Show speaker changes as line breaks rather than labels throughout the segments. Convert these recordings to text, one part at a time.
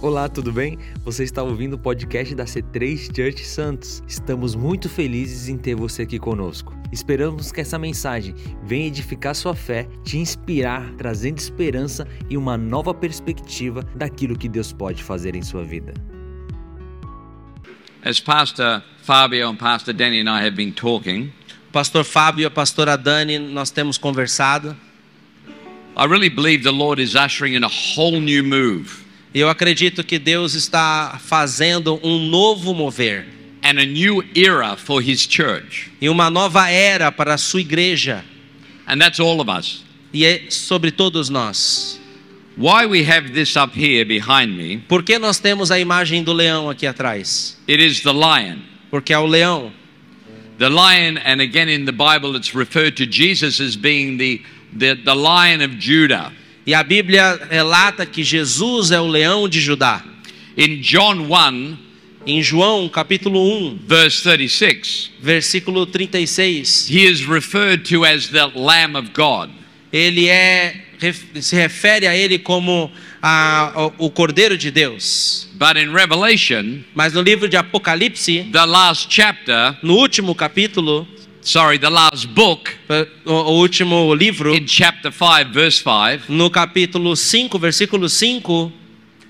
Olá, tudo bem? Você está ouvindo o podcast da C3 Church Santos. Estamos muito felizes em ter você aqui conosco. Esperamos que essa mensagem venha edificar sua fé, te inspirar, trazendo esperança e uma nova perspectiva daquilo que Deus pode fazer em sua vida.
As Pastor Fabio and Pastor Denny and I have been talking,
Pastor Fábio e a pastora Dani, nós temos conversado.
I really believe the Lord is ushering in a whole new move
E eu acredito que Deus está fazendo um novo mover
and a new era for His church.
e uma nova era para a sua igreja
And that's all of us.
e é sobre todos nós.
Why we have this up here behind me,
Por que nós temos a imagem do leão aqui atrás?
it is the lion.
Porque é o leão.
The lion, and again in the Bible, it's referred to Jesus as being the, the, the lion of Judah.
E a Bíblia relata que Jesus é o leão de Judá.
In John 1,
Em João capítulo 1,
verse 36,
versículo 36,
he is referred to as the Lamb of God.
ele é ref- se refere a ele como a- o o Cordeiro de Deus.
But in Revelation,
Mas no livro de Apocalipse,
the last chapter,
no último capítulo,
sorry, the last book,
o, o último livro,
in chapter 5, verse 5,
no capítulo 5, versículo 5,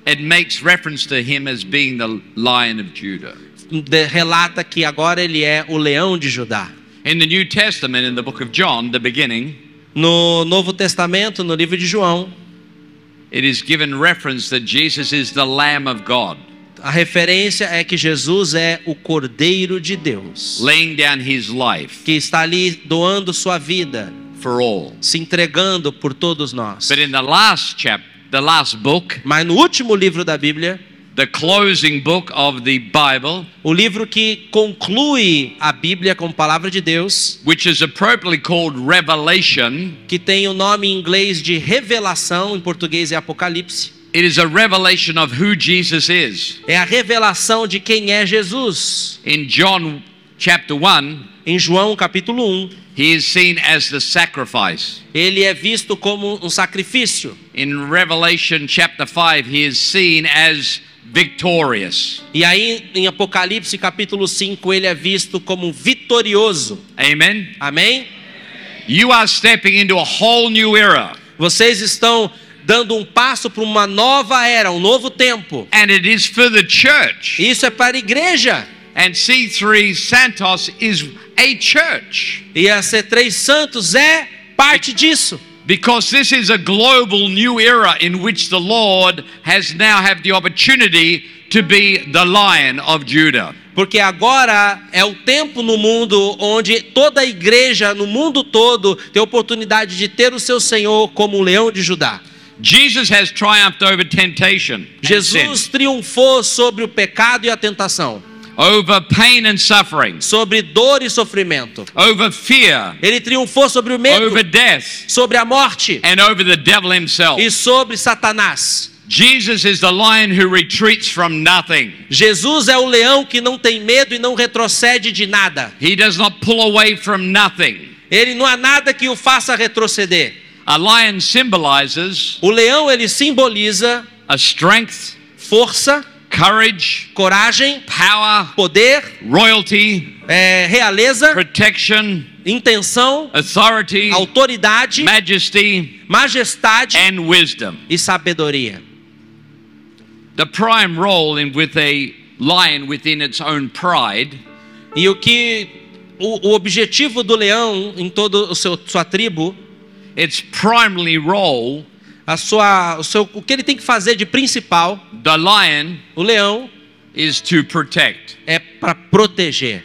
it makes reference to him as being the Lion of Judah.
de- relata que agora ele é o leão de Judá.
In the New Testament, in the book of John, the beginning,
No Novo Testamento, no livro de João,
it is given reference that Jesus is the Lamb of God,
a referência é que Jesus é o Cordeiro de Deus,
laying down his life
que está ali doando sua vida,
for all.
se entregando por todos nós.
But in the last chapter, the last book,
Mas no último livro da Bíblia,
the closing book of the Bible,
o livro que conclui a Bíblia com a palavra de Deus,
which is appropriately called Revelation,
que tem o nome em inglês de revelação, em português é Apocalipse.
it is a revelation of who Jesus is.
É a revelação de quem é Jesus.
In John chapter 1,
Em João capítulo 1,
he is seen as the sacrifice.
ele é visto como um sacrifício.
In Revelation chapter 5, he is seen as victorious.
E aí em Apocalipse capítulo 5, ele é visto como vitorioso.
Amen.
Amém?
You are stepping into a whole new era,
Vocês estão dando um passo para uma nova era, um novo tempo.
and it is for the church.
Isso é para a igreja.
And C3 Santos is a church
E a C3 Santos é parte disso.
because this is a global new era in which the Lord has now have the opportunity to be the lion of Judah.
Porque agora é o tempo no mundo onde toda a igreja, no mundo todo, tem a oportunidade de ter o seu Senhor como o leão de Judá.
Jesus has triumphed over temptation. and sin.
Jesus triunfou sobre o pecado e a tentação,
over pain and suffering,
sobre dor e sofrimento.
over fear,
Ele triunfou sobre o medo,
over death,
sobre a morte
and over the devil himself.
e sobre Satanás.
Jesus is the lion who retreats from nothing.
Jesus é o leão que não tem medo e não retrocede de nada.
He does not pull away from nothing.
Ele não há nada que o faça retroceder.
A lion symbolizes
O leão ele simboliza
a strength,
força,
courage,
coragem,
power,
poder,
royalty,
é, realeza,
protection,
intenção,
authority,
autoridade,
majesty,
majestade
and wisdom.
e sabedoria.
The prime role in with a lion within its own pride
E o que o, o objetivo do leão em todo o seu sua tribo,
its primary role,
a sua o seu o que ele tem que fazer de principal,
the lion
o leão
is to protect.
é para proteger.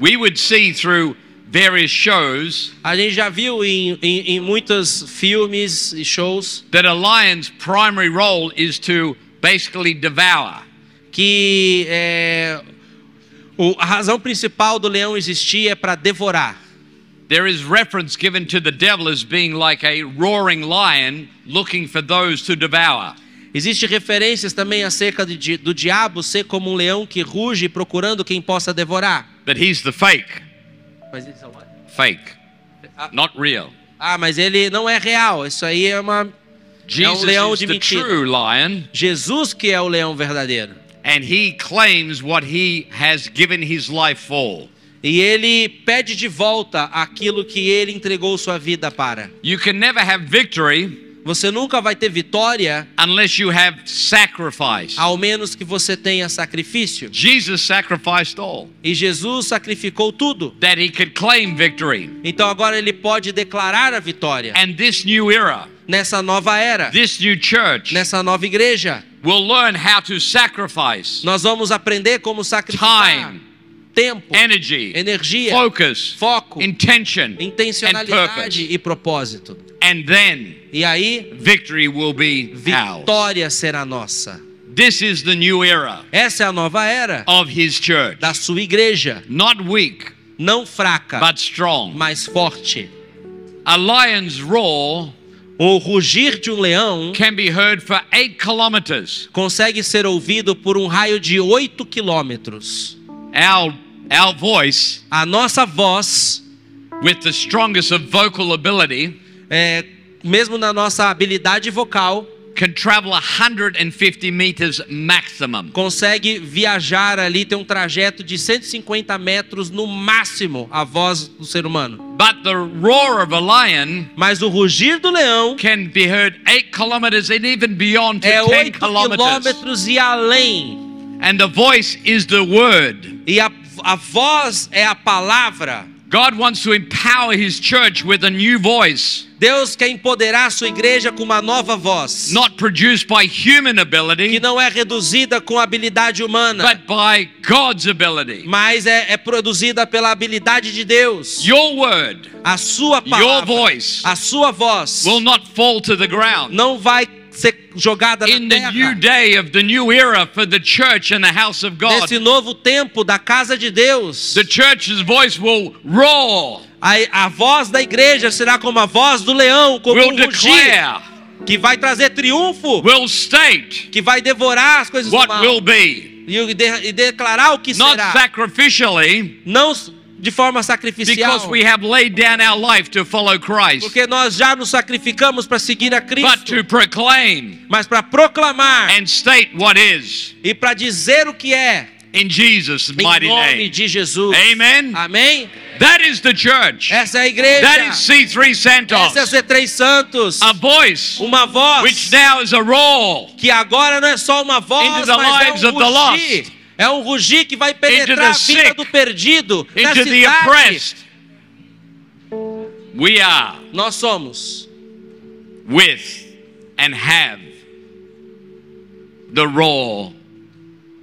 We would see through various shows
A gente já viu em, em, em muitos filmes e shows
that a lion's primary role is to basically devour.
que é, o- a razão principal do leão existir é para devorar.
There is reference given to the devil as being like a roaring lion looking for those to devour.
Existem referências também acerca de- de- do diabo ser como um leão que ruge procurando quem possa devorar.
But he's the fake.
Mas isso é uma-
Fake. Not real.
Ah, mas ele não é real. Isso aí é uma É um
Jesus
leão
is
de
the
mentira.
true lion,
Jesus que é o leão verdadeiro.
and he claims what he has given his life for.
E ele pede de volta aquilo que ele entregou sua vida para.
You can never have victory
Você nunca vai ter vitória
unless you have sacrifice.
ao menos que você tenha sacrifício.
Jesus sacrificed all
E Jesus sacrificou tudo.
that he could claim victory.
Então agora ele pode declarar a vitória
And this new era,
nessa nova era,
this new church,
nessa nova igreja.
will learn how to sacrifice
Nós vamos aprender como sacrificar
Time.
tempo,
energy,
energia,
focus,
foco,
intention, and
intencionalidade
purpose.
e propósito.
And then
E aí,
victory will be ours.
vitória será nossa.
This is the new era
Essa é a nova era
of his church.
da sua igreja,
Not weak,
não fraca,
but strong.
mas forte.
A lion's roar
O rugir de um leão
can be heard for eight kilometers.
consegue ser ouvido por um raio de 8 quilômetros.
Our, our voice,
A nossa voz,
with the strongest of vocal ability,
é, mesmo na nossa habilidade vocal,
can travel 150 meters maximum.
consegue viajar ali, tem um trajeto de 150 metros no máximo, a voz do ser humano.
But the roar of a lion
Mas o rugir do leão
can be heard eight kilometers and even beyond to
é
10
8
kilometers.
quilômetros e além.
And the voice is the word.
E a, a voz é a palavra.
God wants to empower his church with a new voice,
Deus quer empoderar a sua igreja com uma nova voz.
not produced by human
Que
ability,
não é reduzida com habilidade humana.
but by God's ability.
mas é, é produzida pela habilidade de Deus.
Your word
A sua
Your
palavra,
voice
a sua voz,
will not fall to the ground.
não vai ser jogada
In the
na
new
terra.
day of the new era for the church and the house of God,
Nesse novo tempo da casa de Deus,
the church's voice will roar,
a, a voz da igreja será como a voz do leão, como
will
um rugir,
declare,
que vai trazer triunfo,
will state
que vai devorar as coisas
what
do mal
will be.
e, o- e de- e declarar o que
Not
será,
sacrificially,
não s- de forma sacrificial,
because we have laid down our life to follow Christ,
porque nós já nos sacrificamos para seguir a
but
Cristo,
to proclaim
mas para proclamar
and state what is
e para dizer o que é
in Jesus'
em
mighty
nome
name.
de Jesus.
Amen.
Amém?
That is the church.
Essa é a igreja.
That is C3
Essa é a
Santos.
C3 Santos.
A voice
Uma voz
which now is a roar.
que agora não é só uma voz,
Into the
mas
lives
é
of
um
the
rugir.
lost.
É um rugir que vai
Into
penetrar
the
a vida
sick.
do perdido, da
into the
cidade.
oppressed. We are
Nós somos
with and have the roar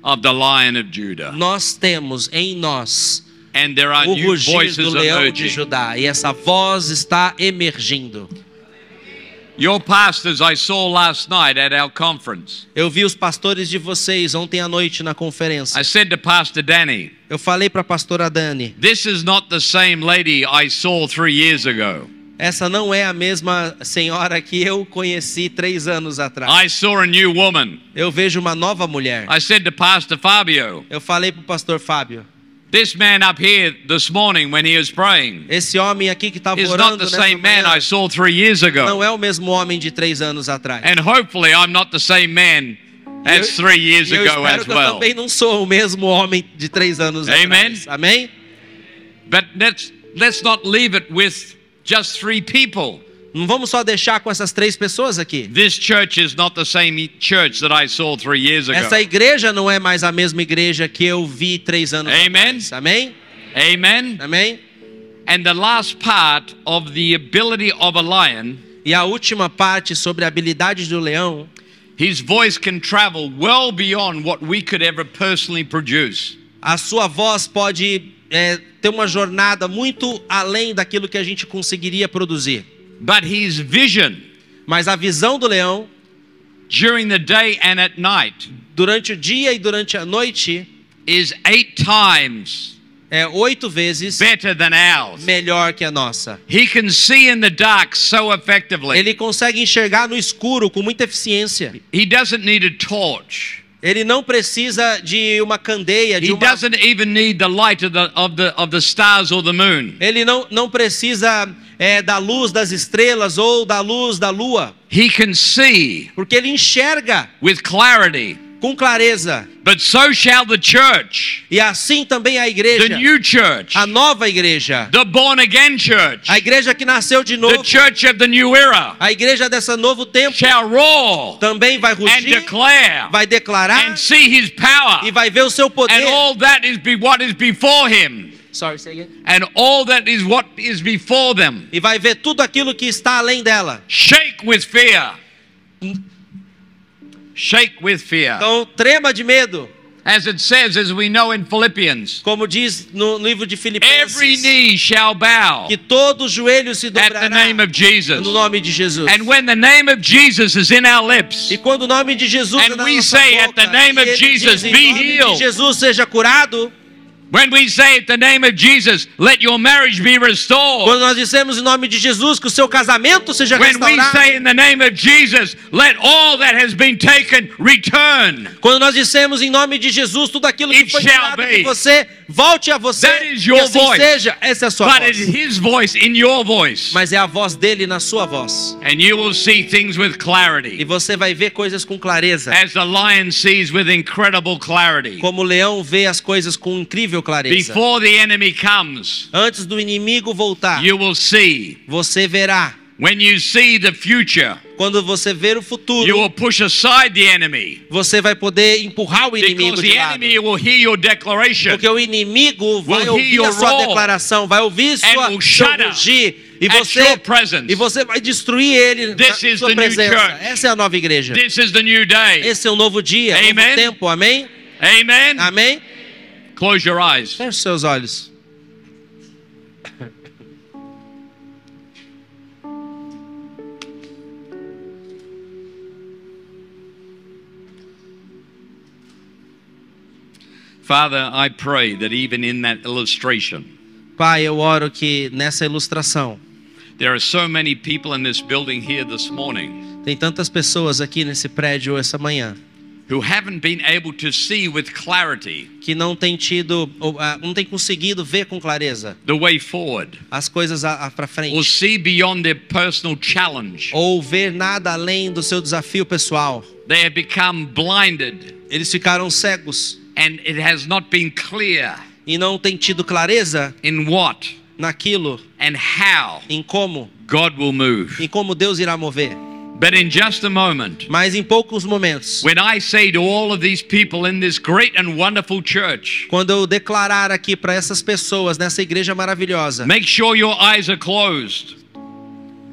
of the Lion of Judah,
nós temos em nós
and there are
o
new
rugir do
voices
leão de
emerging.
Judá e essa voz está emergindo.
Your pastors I saw last night at our conference.
Eu vi os pastores de vocês ontem à noite na
I
conferência.
said to Pastor Danny,
Eu falei para a pastora Dani,
"This is not the same lady I saw three years ago.
Essa não é a mesma senhora que eu conheci três anos atrás.
I saw a new woman."
Eu vejo uma nova mulher.
I said to Pastor Fabio,
Eu falei pro pastor Fábio,
"This man up here this morning when he was praying."
esse homem aqui que estava
is
orando
not the
nessa
same man
manhã
I saw three years ago.
não é o mesmo homem de três anos atrás.
And hopefully, I'm not the same man as three years
E eu
ago
espero
as
que eu
well.
também não sou o mesmo homem de três anos
Amen.
atrás. Amém?
But let's, let's not leave it with just three people.
Não vamos só deixar com essas três pessoas aqui.
This church is not the same church that I saw three years ago.
Essa igreja não é mais a mesma igreja que eu vi três anos
Amen.
atrás. Amém?
Amen.
Amém?
And the last part of the ability of a lion,
E a última parte sobre a habilidade do leão
his voice can travel well beyond what we could ever personally produce.
A sua voz pode é, ter uma jornada muito além daquilo que a gente conseguiria produzir.
But his vision
Mas a visão do leão,
during the day and at night
durante o dia e durante a noite,
is eight times
é oito vezes
better than ours.
melhor que a nossa.
He can see in the dark so effectively.
Ele consegue enxergar no escuro com muita eficiência.
He doesn't need a torch.
Ele não precisa de uma candeia, de
He
uma...
doesn't even need the light of the of the of the stars or the moon.
Ele não, não precisa é, da luz das estrelas ou da luz da lua.
He can see
porque ele enxerga
with clarity.
com clareza.
But so shall the church,
E assim também a
the
igreja,
new church,
a nova igreja,
the born again church,
a igreja que nasceu de
the
novo,
church of the new era,
a igreja dessa novo tempo,
shall roar
também vai
and
rugir,
declare
vai declarar
and see his power.
e vai ver o seu
And
poder.
all that is be what is before him,
Sorry, say again.
and all that is what is before them.
E vai ver tudo aquilo que está além dela.
Shake with fear. Shake with fear.
Então, trema de medo,
As it says, as we know in Philippians,
como diz no livro de
every
Filipenses,
knee shall bow
que todo joelho se
at the
dobrará
name of Jesus.
no nome de Jesus.
And when the name of Jesus is in our lips,
E quando o nome de Jesus
And
é na
we
nossa
say,
boca,
at the name
e
of
ele
Jesus,
diz, em
be
nome
healed.
de Jesus seja curado,
when we say at the name of Jesus, let your marriage be restored.
quando nós dissemos em nome de Jesus que o seu casamento seja
When we
restaurado,
say in the name of Jesus, let all that has been taken return.
quando nós dissemos em nome de Jesus tudo aquilo que
It
foi
shall
tirado
be.
de você, volte a você,
That is your
que assim
voice.
seja, essa é a sua
But
voz.
it's His voice in your voice.
Mas é a voz dele na sua voz.
And you will see things with
E
clarity.
você vai ver coisas com clareza,
As the lion sees with incredible clarity.
como o leão vê as coisas com incrível clareza.
Before the enemy comes,
Antes do inimigo voltar,
you will see.
você verá.
When you see the future,
Quando você ver o futuro,
you will push aside the enemy.
você vai poder empurrar o inimigo
Because
de
the
lado.
enemy will hear your declaration.
Porque o inimigo vai
Will
ouvir
hear
a sua
your roar
declaração, vai ouvir
will
sua
shut
seu
up
rugir e
at
você
your presence.
e você vai destruir ele
This
na
is the
sua
new
presença.
church.
Essa é a nova igreja.
This is the new day.
Esse é o novo dia, o
Amen.
novo tempo. Amém?
Amen.
Amém?
Close your eyes.
Feche seus olhos.
Father, I pray that even in that illustration,
Pai, eu oro que nessa ilustração
there are so many people in this building here this morning
tem tantas pessoas aqui nesse prédio essa manhã
who haven't been able to see with clarity
que não tem tido, ou, ah, não tem conseguido ver com clareza
the way forward
as coisas para frente.
or see beyond their personal challenge.
ou ver nada além do seu desafio pessoal.
They have become blinded
Eles ficaram cegos
and it has not been clear
e não têm tido clareza
in what
naquilo,
and how
em como,
God will move.
em como Deus irá mover.
But in just a moment,
Mas em poucos momentos,
when I say to all of these people in this great and wonderful church,
quando eu declarar aqui para essas pessoas nessa igreja maravilhosa,
make sure your eyes are closed.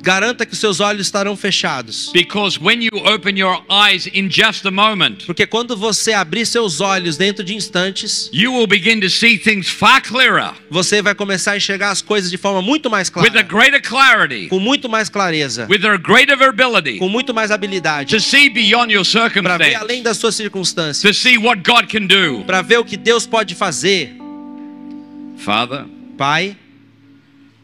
garanta que seus olhos estarão fechados.
Because when you open your eyes in just a moment,
Porque quando você abrir seus olhos dentro de instantes,
you will begin to see things far clearer,
você vai começar a enxergar as coisas de forma muito mais
with a
clara,
greater clarity,
com muito mais clareza,
with a greater ability
com muito mais habilidade,
to see beyond your
para ver além
circumstance,
das suas circunstâncias,
to see what God can do.
para ver o que Deus pode fazer.
Father,
Pai,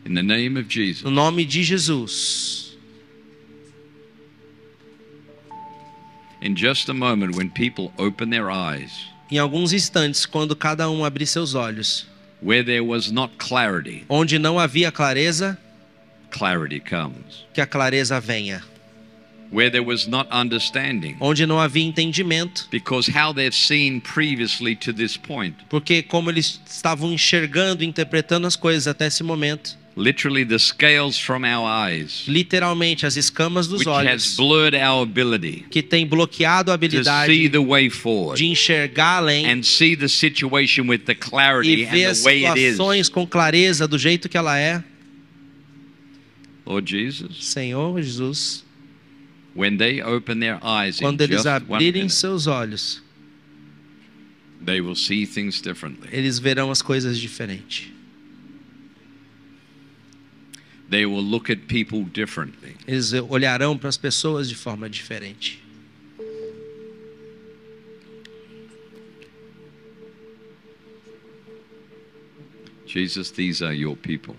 in the name of Jesus,
no nome de Jesus.
in just a moment, when people open their eyes,
Em alguns instantes, quando cada um abrir seus olhos,
where there was not clarity,
onde não havia clareza,
clarity comes.
que a clareza venha.
Where there was not understanding,
Onde não havia entendimento,
because how they've seen previously to this point,
porque como eles estavam enxergando, e interpretando as coisas até esse momento,
literally the scales from our eyes.
literalmente as escamas dos
which has
olhos
blurred our ability
que têm bloqueado a
to see
habilidade
the way forward
de enxergar além
and see the situation with the
e
clarity
ver
and
as
the way it is.
situações com clareza do jeito que ela é.
Lord Jesus,
Senhor Jesus,
when they open their eyes in
quando eles
just one
abrirem
minute,
seus olhos,
they will see things differently.
eles verão as coisas diferente.
They will look at people differently.
Eles olharão para as pessoas de forma diferente.
Jesus, these are your people.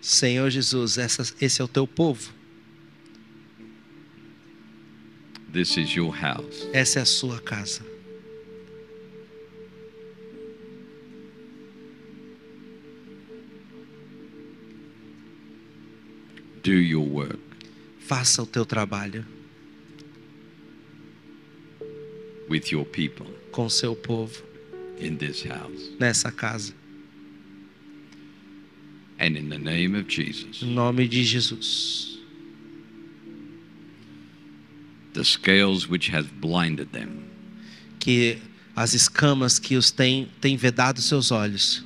Senhor Jesus, essa- esse é o teu povo,
This is your house.
essa é a sua casa.
Do your work.
Faça o teu trabalho.
with your people
com seu povo
in this house.
nessa casa.
And in the name of Jesus,
Em nome de Jesus.
the scales which have blinded them
Que as escamas que os têm têm vedado seus olhos,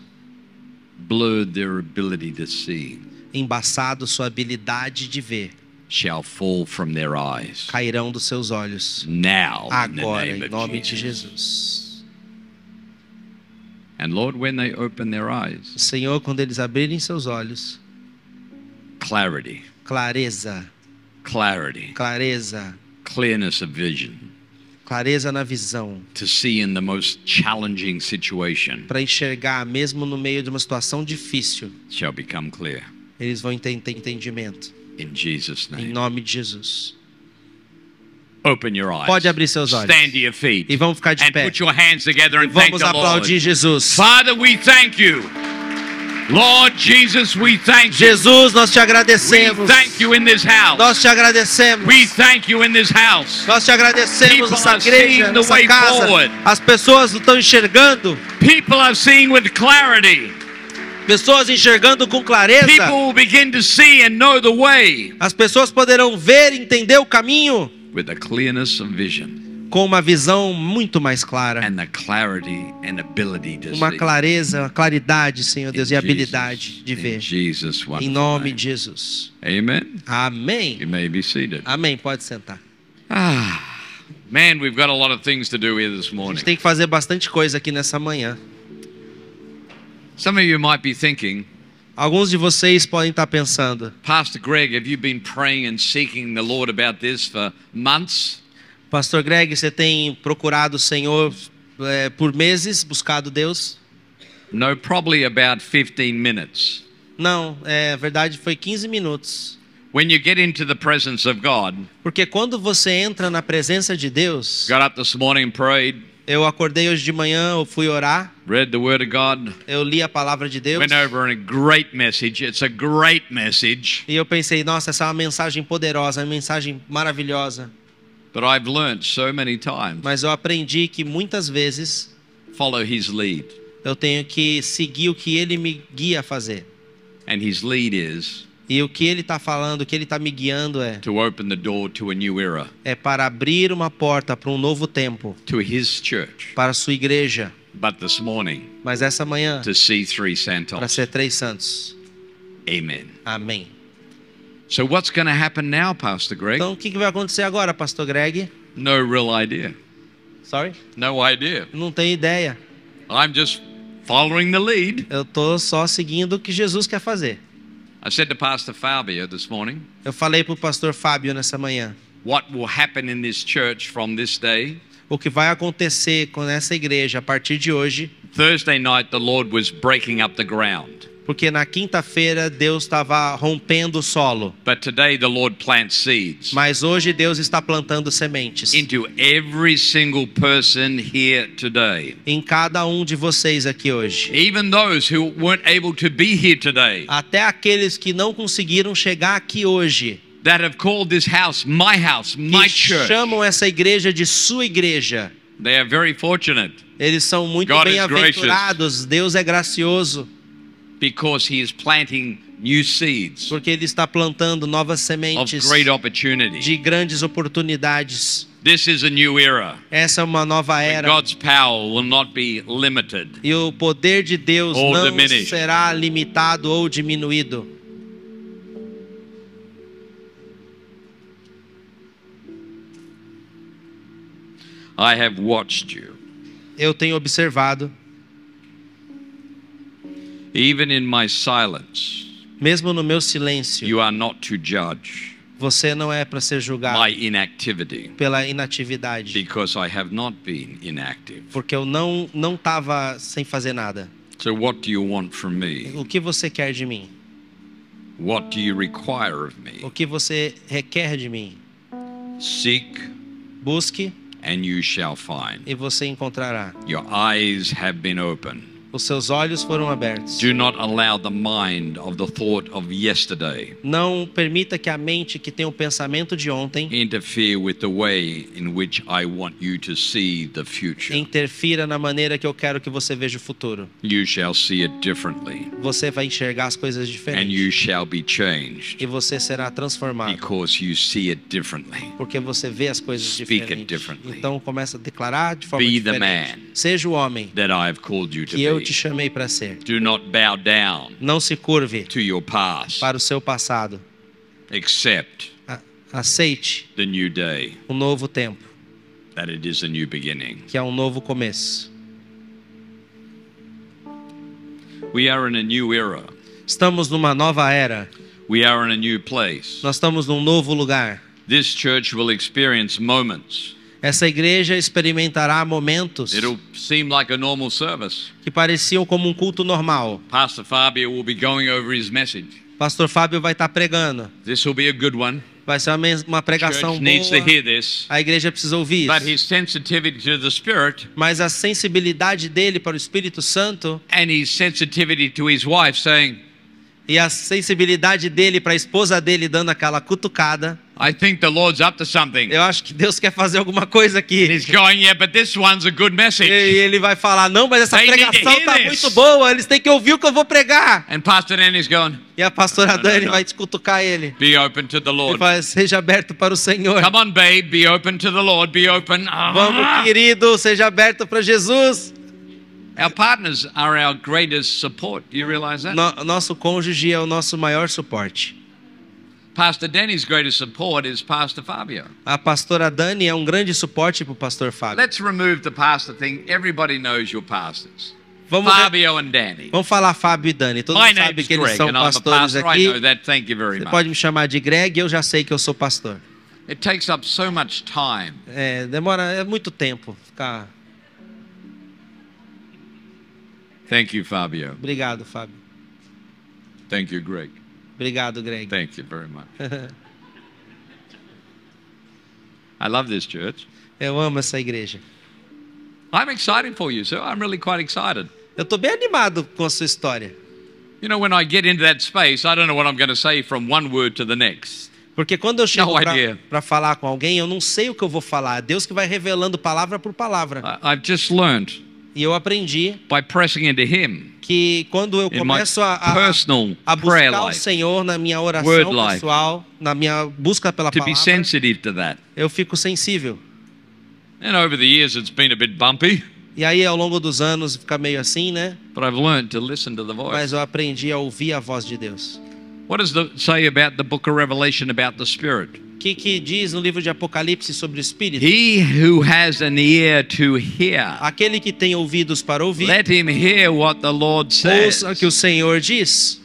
blurred their ability to see,
embaçado sua habilidade de ver,
shall fall from their eyes
cairão dos seus olhos.
now in the
Agora,
name
em
of
nome de
Jesus.
Jesus.
And Lord, when they open their eyes,
Senhor, quando eles abrirem seus olhos,
clarity,
clareza,
clarity,
clareza,
clearness of vision
clareza na visão,
to see in the most challenging situation
para enxergar mesmo no meio de uma situação difícil,
shall become clear
eles vão enten- ter entendimento.
in Jesus'
Em
name.
nome de Jesus.
Open your eyes.
Pode abrir seus olhos.
Stand to your feet.
E vamos ficar de
and
pé.
É,
E
put your hands together and thank
Vamos
the Lord.
aplaudir Jesus.
Father, we thank you. Lord Jesus, we thank you.
Jesus, nós te
We
agradecemos.
thank you in this house.
Nós te agradecemos.
We thank you in this house.
Nós te agradecemos
People
nessa
are seeing
igreja,
the
nessa
way
casa.
forward.
As pessoas estão enxergando,
People are seeing with clarity.
pessoas enxergando com clareza.
People will begin to see and know the way
As pessoas poderão ver, e entender o caminho
with the clearness of vision
com uma visão muito mais clara,
and the clarity and ability to
uma
see.
clareza, uma claridade, Senhor
In
Deus, e
Jesus-
habilidade de
in
ver.
Jesus
Em
wonderful
nome
name.
de Jesus.
Amen. You
Amém.
may be seated.
Amém. Pode sentar.
Ah, man, we've got a lot of things to do here this
A gente
morning.
tem que fazer bastante coisa aqui nessa manhã.
Some of you might be thinking,
Alguns de vocês podem estar pensando,
Pastor Greg, have you been praying and seeking the Lord about this for months?
Pastor Greg, você tem procurado o Senhor é, por meses, buscado Deus?
No, probably about 15 minutes.
Não, é a verdade foi 15 minutos.
When you get into the presence of God,
Porque quando você entra na presença de Deus,
got up this morning and prayed,
eu acordei hoje de manhã, eu fui orar,
read the Word of God,
eu li a palavra de Deus
went over and a great message. It's a great message,
e eu pensei, nossa, essa é uma mensagem poderosa, uma mensagem maravilhosa.
but I've learnt so many times
Mas eu aprendi que muitas vezes
follow His lead.
eu tenho que seguir o que Ele me guia a fazer.
And His lead is
E o que Ele está falando, o que Ele está me guiando é,
to open the door to a new era,
é para abrir uma porta para um novo tempo,
to His church.
para a sua igreja.
But this morning,
Mas essa manhã,
to see three
para
Santos.
ser três santos.
Amen.
Amém.
So, what's going to happen now, Pastor Greg?
Então, o que que vai acontecer agora, Pastor Greg?
No real idea.
Sorry?
No idea.
Não tenho ideia.
I'm just following the lead.
Eu tô só seguindo o que Jesus quer fazer.
I said to Pastor Fabio this morning,
Eu falei pro pastor Fábio nessa manhã.
what will happen in this church from this day?
O que vai acontecer com essa igreja a partir de hoje?
Thursday night, the Lord was breaking up the ground.
Porque na quinta-feira Deus estava rompendo o solo,
But today, the Lord plants seeds
mas hoje Deus está plantando sementes
into every single person here today.
em cada um de vocês aqui hoje.
Even those who weren't able to be here today,
Até aqueles que não conseguiram chegar aqui hoje,
that have called this house my house, my
que
church.
chamam essa igreja de sua igreja.
They are very fortunate
Eles são muito
God is
bem-aventurados. Deus é gracioso
because He is planting new seeds
porque Ele está plantando novas
of
sementes
great opportunity.
de grandes oportunidades.
This is a new era.
Essa é uma nova
and
era
God's power will not be limited.
e o poder de Deus
Or
não
diminished.
será limitado ou diminuído.
I have watched you.
Eu tenho observado,
Even in my silence,
mesmo no meu silêncio,
you are not to judge
você não é para ser julgado
my inactivity
pela inatividade,
because I have not been inactive.
porque eu não não estava sem fazer nada.
So, what do you want from me?
O que você quer de mim?
What do you require of
O
me?
que você requer de mim?
Seek
Busque
and you shall find.
e você encontrará.
Your eyes have been open
Os seus olhos foram abertos.
Do not allow the mind of the thought of yesterday
Não permita que a mente que tem o pensamento de ontem
interfere with the way in which I want you to see the future.
interfira na maneira que eu quero que você veja o futuro.
You shall see it differently,
Você vai enxergar as coisas
and you
diferentes
shall be changed
e você será transformado.
because you see it differently.
Porque você vê as coisas
Speak it
diferentes.
differently.
Então começa a declarar de forma
Be the man.
diferente. Seja o homem
That I have called you to
que eu te
be.
chamei para ser.
Do not bow down
Não se curve
to your past.
para o seu passado.
Accept
A- Aceite
the new day,
um novo tempo,
that it is a new beginning.
que é um novo começo.
We are in a new era.
Estamos numa nova era.
We are in a new place.
Nós estamos num novo lugar.
This church will experience moments.
Essa igreja experimentará momentos
It'll seem like a normal service.
que pareciam como um culto normal.
Pastor Fabio will be going over his message.
Pastor Fábio vai estar pregando.
This will be a good one.
Vai ser uma, mens- uma
Church
pregação
needs to
boa.
hear this.
A igreja precisa ouvir
But
isso.
his sensitivity to the Spirit
Mas a sensibilidade dele para o Espírito Santo
and his sensitivity to his wife saying,
e a sensibilidade dele para a esposa dele dando aquela cutucada.
I think the Lord's up to something.
Eu acho que Deus quer fazer alguma coisa aqui.
He's going, yeah, but this one's a good
E
message.
ele vai falar: Não, mas essa
They need to
pregação
hear
tá
this."
muito boa, eles têm que ouvir o que eu vou pregar.
And Pastor Danny's going,
E a pastora
Não, não,
Dani
não.
vai descutucar ele.
be open to the
Ele
Lord.
fala: Seja aberto para o Senhor.
Come on, babe, be open to the Lord, be open. Ah.
Vamos, querido, seja aberto para Jesus.
Our partners are our greatest support. Do you realize that?
No- nosso cônjuge é o nosso maior suporte.
Pastor Danny's greatest support is Pastor Fabio.
A pastora Dani é um grande suporte para o pastor Fábio.
Let's remove the pastor thing. Everybody knows your pastors.
Vamos, ver-
Fabio and Danny.
vamos falar Fábio e Dani. Todo
My
mundo
name's
sabe que eles
Greg,
são
and I'm a
pastores
pastor. I know
aqui.
that. Thank you very
Você
much.
pode me chamar de Greg, eu já sei que eu sou pastor.
It takes up so much time.
É, demora é muito tempo ficar.
Thank you, Fabio.
Obrigado, Fábio.
Thank you, Greg.
Obrigado, Greg.
Thank you very much. I love this church.
Eu amo essa igreja.
I'm excited for you, sir. I'm really quite excited.
Eu tô bem animado com a sua história.
You know, when I get into that space, I don't know what I'm going to say from one word to the next.
Porque quando eu chego
No idea.
para falar com alguém, eu não sei o que eu vou falar. É Deus que vai revelando palavra por palavra.
I, I've just learned
E eu aprendi
by pressing into Him
que quando eu
in my
começo a, a,
personal
a
prayer
buscar o
life
Senhor na minha
Word
oração
life.
pessoal, na minha busca pela
to be
palavra,
sensitive to that.
eu fico sensível.
And over the years, it's been a bit bumpy,
E aí, ao longo dos anos, fica meio assim, né?
but I've learned to listen to the voice.
Mas eu aprendi a ouvir a voz de Deus.
What does the say about the book of Revelation about the Spirit?
O que, que diz no livro de Apocalipse sobre o Espírito?
He who has an ear to hear,
Aquele que tem ouvidos para ouvir,
let him hear what the Lord says.
ouça o que o Senhor diz,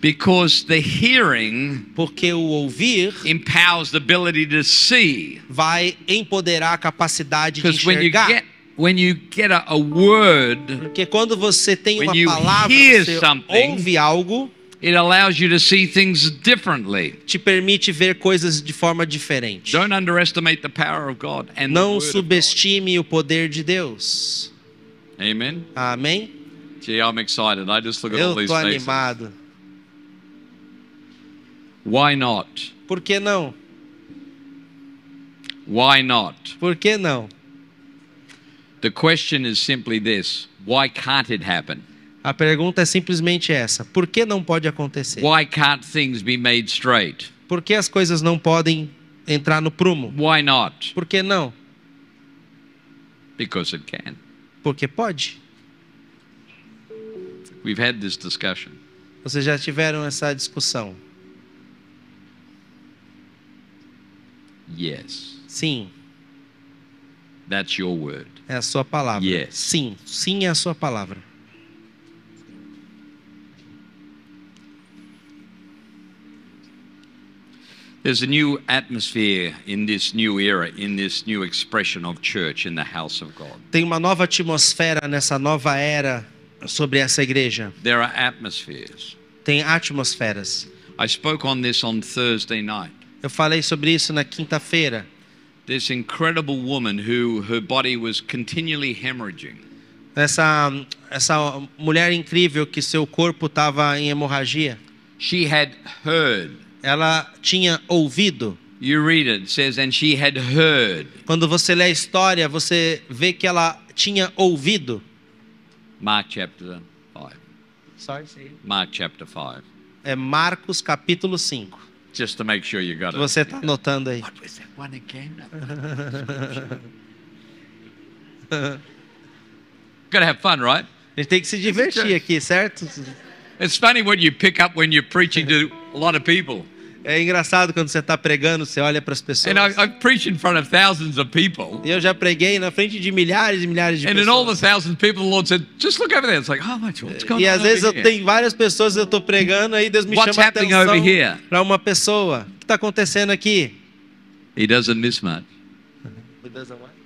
Because the hearing
porque o ouvir
empowers the ability to see.
vai empoderar a capacidade de
Because when you
enxergar.
get when you get a, a word,
Porque quando você tem
When
uma
you
palavra,
hear
você
something-
ouve algo,
it allows you to see things differently.
te permite ver coisas de forma diferente.
Don't underestimate the power of God and the
Não
word of God.
subestime o poder de Deus.
Amen.
Amém?
Gee, I'm excited. I just look at all
Eu
these
tô
faces.
animado.
Why not?
Por que não?
Why not?
Por que não?
The question is simply this: Why can't it happen?
A pergunta é simplesmente essa: por que não pode acontecer?
Why can't things be made straight?
Por que as coisas não podem entrar no prumo?
Why not?
Por que não?
Because it can.
Porque pode.
We've had this discussion.
Vocês já tiveram essa discussão?
Yes.
Sim,
That's your word.
é a sua palavra.
Yes.
Sim, sim é a sua palavra.
There's a new atmosphere in this new era, in this new expression of church in the house of God.
Tem uma nova atmosfera nessa nova era sobre essa igreja.
There are atmospheres.
Tem atmosferas.
I spoke on this on Thursday night.
Eu falei sobre isso na quinta-feira.
This incredible woman who her body was continually hemorrhaging.
essa, essa mulher incrível que seu corpo estava em hemorragia,
She had heard.
ela tinha ouvido.
You read it, it says, and she had heard.
Quando você lê a história, você vê que ela tinha ouvido.
Mark chapter 5. Mark chapter 5.
É Marcos capítulo 5.
Just to make sure you got it.
Você está anotando aí.
What was that one again? Gotta have fun, right?
A gente tem que se divertir aqui, certo?
It's funny what you pick up when you're preaching to a lot of people.
É engraçado quando você está pregando, você olha para as pessoas.
And I, I preach in front of thousands of people.
E eu já preguei na frente de milhares e milhares de
And in all
pessoas.
the thousand people, the Lord said, just look over there. It's like, oh my God, what's going
E
on?
às vezes eu
over here?
tenho várias pessoas, eu estou pregando, aí Deus me
What's
chama a
happening over here?
atenção para uma pessoa. O que está acontecendo aqui?
He doesn't miss much.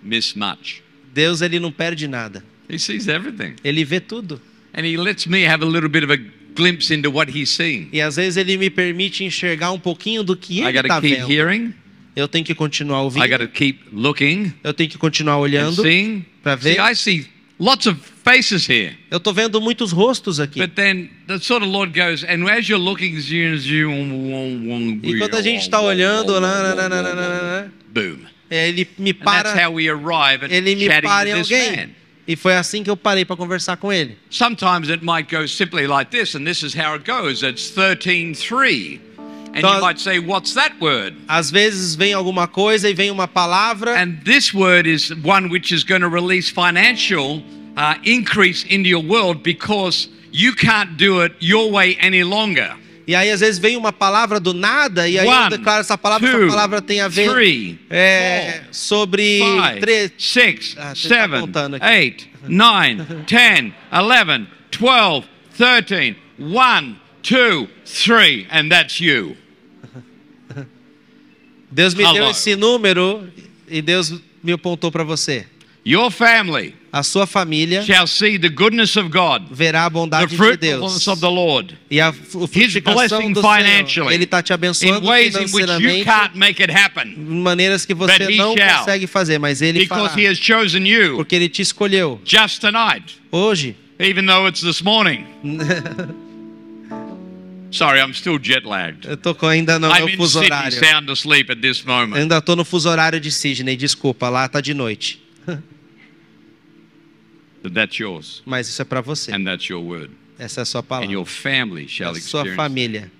Miss much.
Deus ele não perde nada.
He sees everything.
Ele vê tudo.
And he lets me have a little bit of a glimpse into what he's seeing.
E às vezes ele me permite enxergar um pouquinho do que
I
ele
got
está
to keep
vendo.
hearing.
Eu tenho que continuar
I got
ouvindo.
to keep looking
Eu tenho que continuar
and
olhando.
seeing.
pra
See,
ver.
I see lots of faces here.
Eu estou vendo muitos rostos aqui.
But then the sort of Lord goes, and as you're looking, you
E
enquanto
quando a gente está olhando, lá, lá, lá, lá, lá, lá, lá,
boom.
é, ele me
And that's
para,
how we arrive at
ele
chatting
me para em
to this man.
alguém. E foi assim que eu parei para conversar com ele.
Sometimes it might go simply like this, and this is how it goes. It's 13.3. And
Então-
you might say, what's that word?
Às vezes vem alguma coisa e vem uma palavra.
And this word is one which is going to release financial uh, increase into your world because you can't do it your way any longer.
E aí às vezes vem uma palavra do nada e aí eu
One,
declaro essa palavra,
two,
essa palavra tem a ver
three,
é, sobre
Five,
três.
six,
Ah, você tá
seven,
contando aqui.
eight, nine, 10, 11, 12, 13, 1, 2, 3, and that's you.
Deus me deu
Hello.
esse número e Deus me apontou para você.
Your family
A sua família
shall see the goodness of God,
verá a
the
bondade de Deus
fruitfulness of the Lord,
e a fu-
blessing
frutificação do Senhor.
financially.
Ele está te
in
abençoando
ways in which you
financeiramente
can't make it happen
de maneiras que
But
você
he
não
shall.
consegue fazer, mas Ele fará,
because He has chosen you
porque Ele te escolheu
just tonight,
hoje.
even though it's this morning. Sorry, I'm still jet lagged.
Eu tô com ainda no
I'm
meu
in
fuso
Sydney,
horário.
sound asleep at this moment.
Ainda tô no fuso horário de Sydney, desculpa, lá tá de noite.
But that's yours,
Mas isso é para você.
and that's your word.
Essa é a sua
And
palavra. É
your family shall
A sua
experience, it,
família.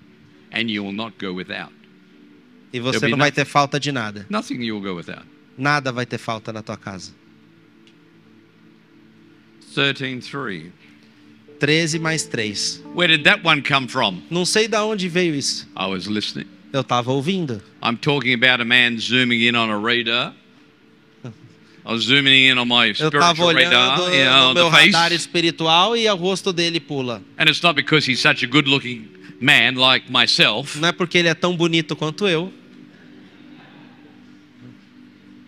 and you will not go without.
E
There'll
você
be
não vai
nothing.
ter falta de nada.
Nothing you will go without.
Nada vai ter falta na tua casa.
13.3.
13 mais 3.
Where did that one come from?
Não sei da onde veio isso.
I was listening.
Eu tava ouvindo.
I'm talking about a man zooming in on a radar. I was zooming in on my
Eu tava
spiritual
olhando
radar, you know,
no meu
the
radar
face.
espiritual e o rosto dele pula.
And it's not because he's such a good looking man like myself.
Não é porque ele é tão bonito quanto eu.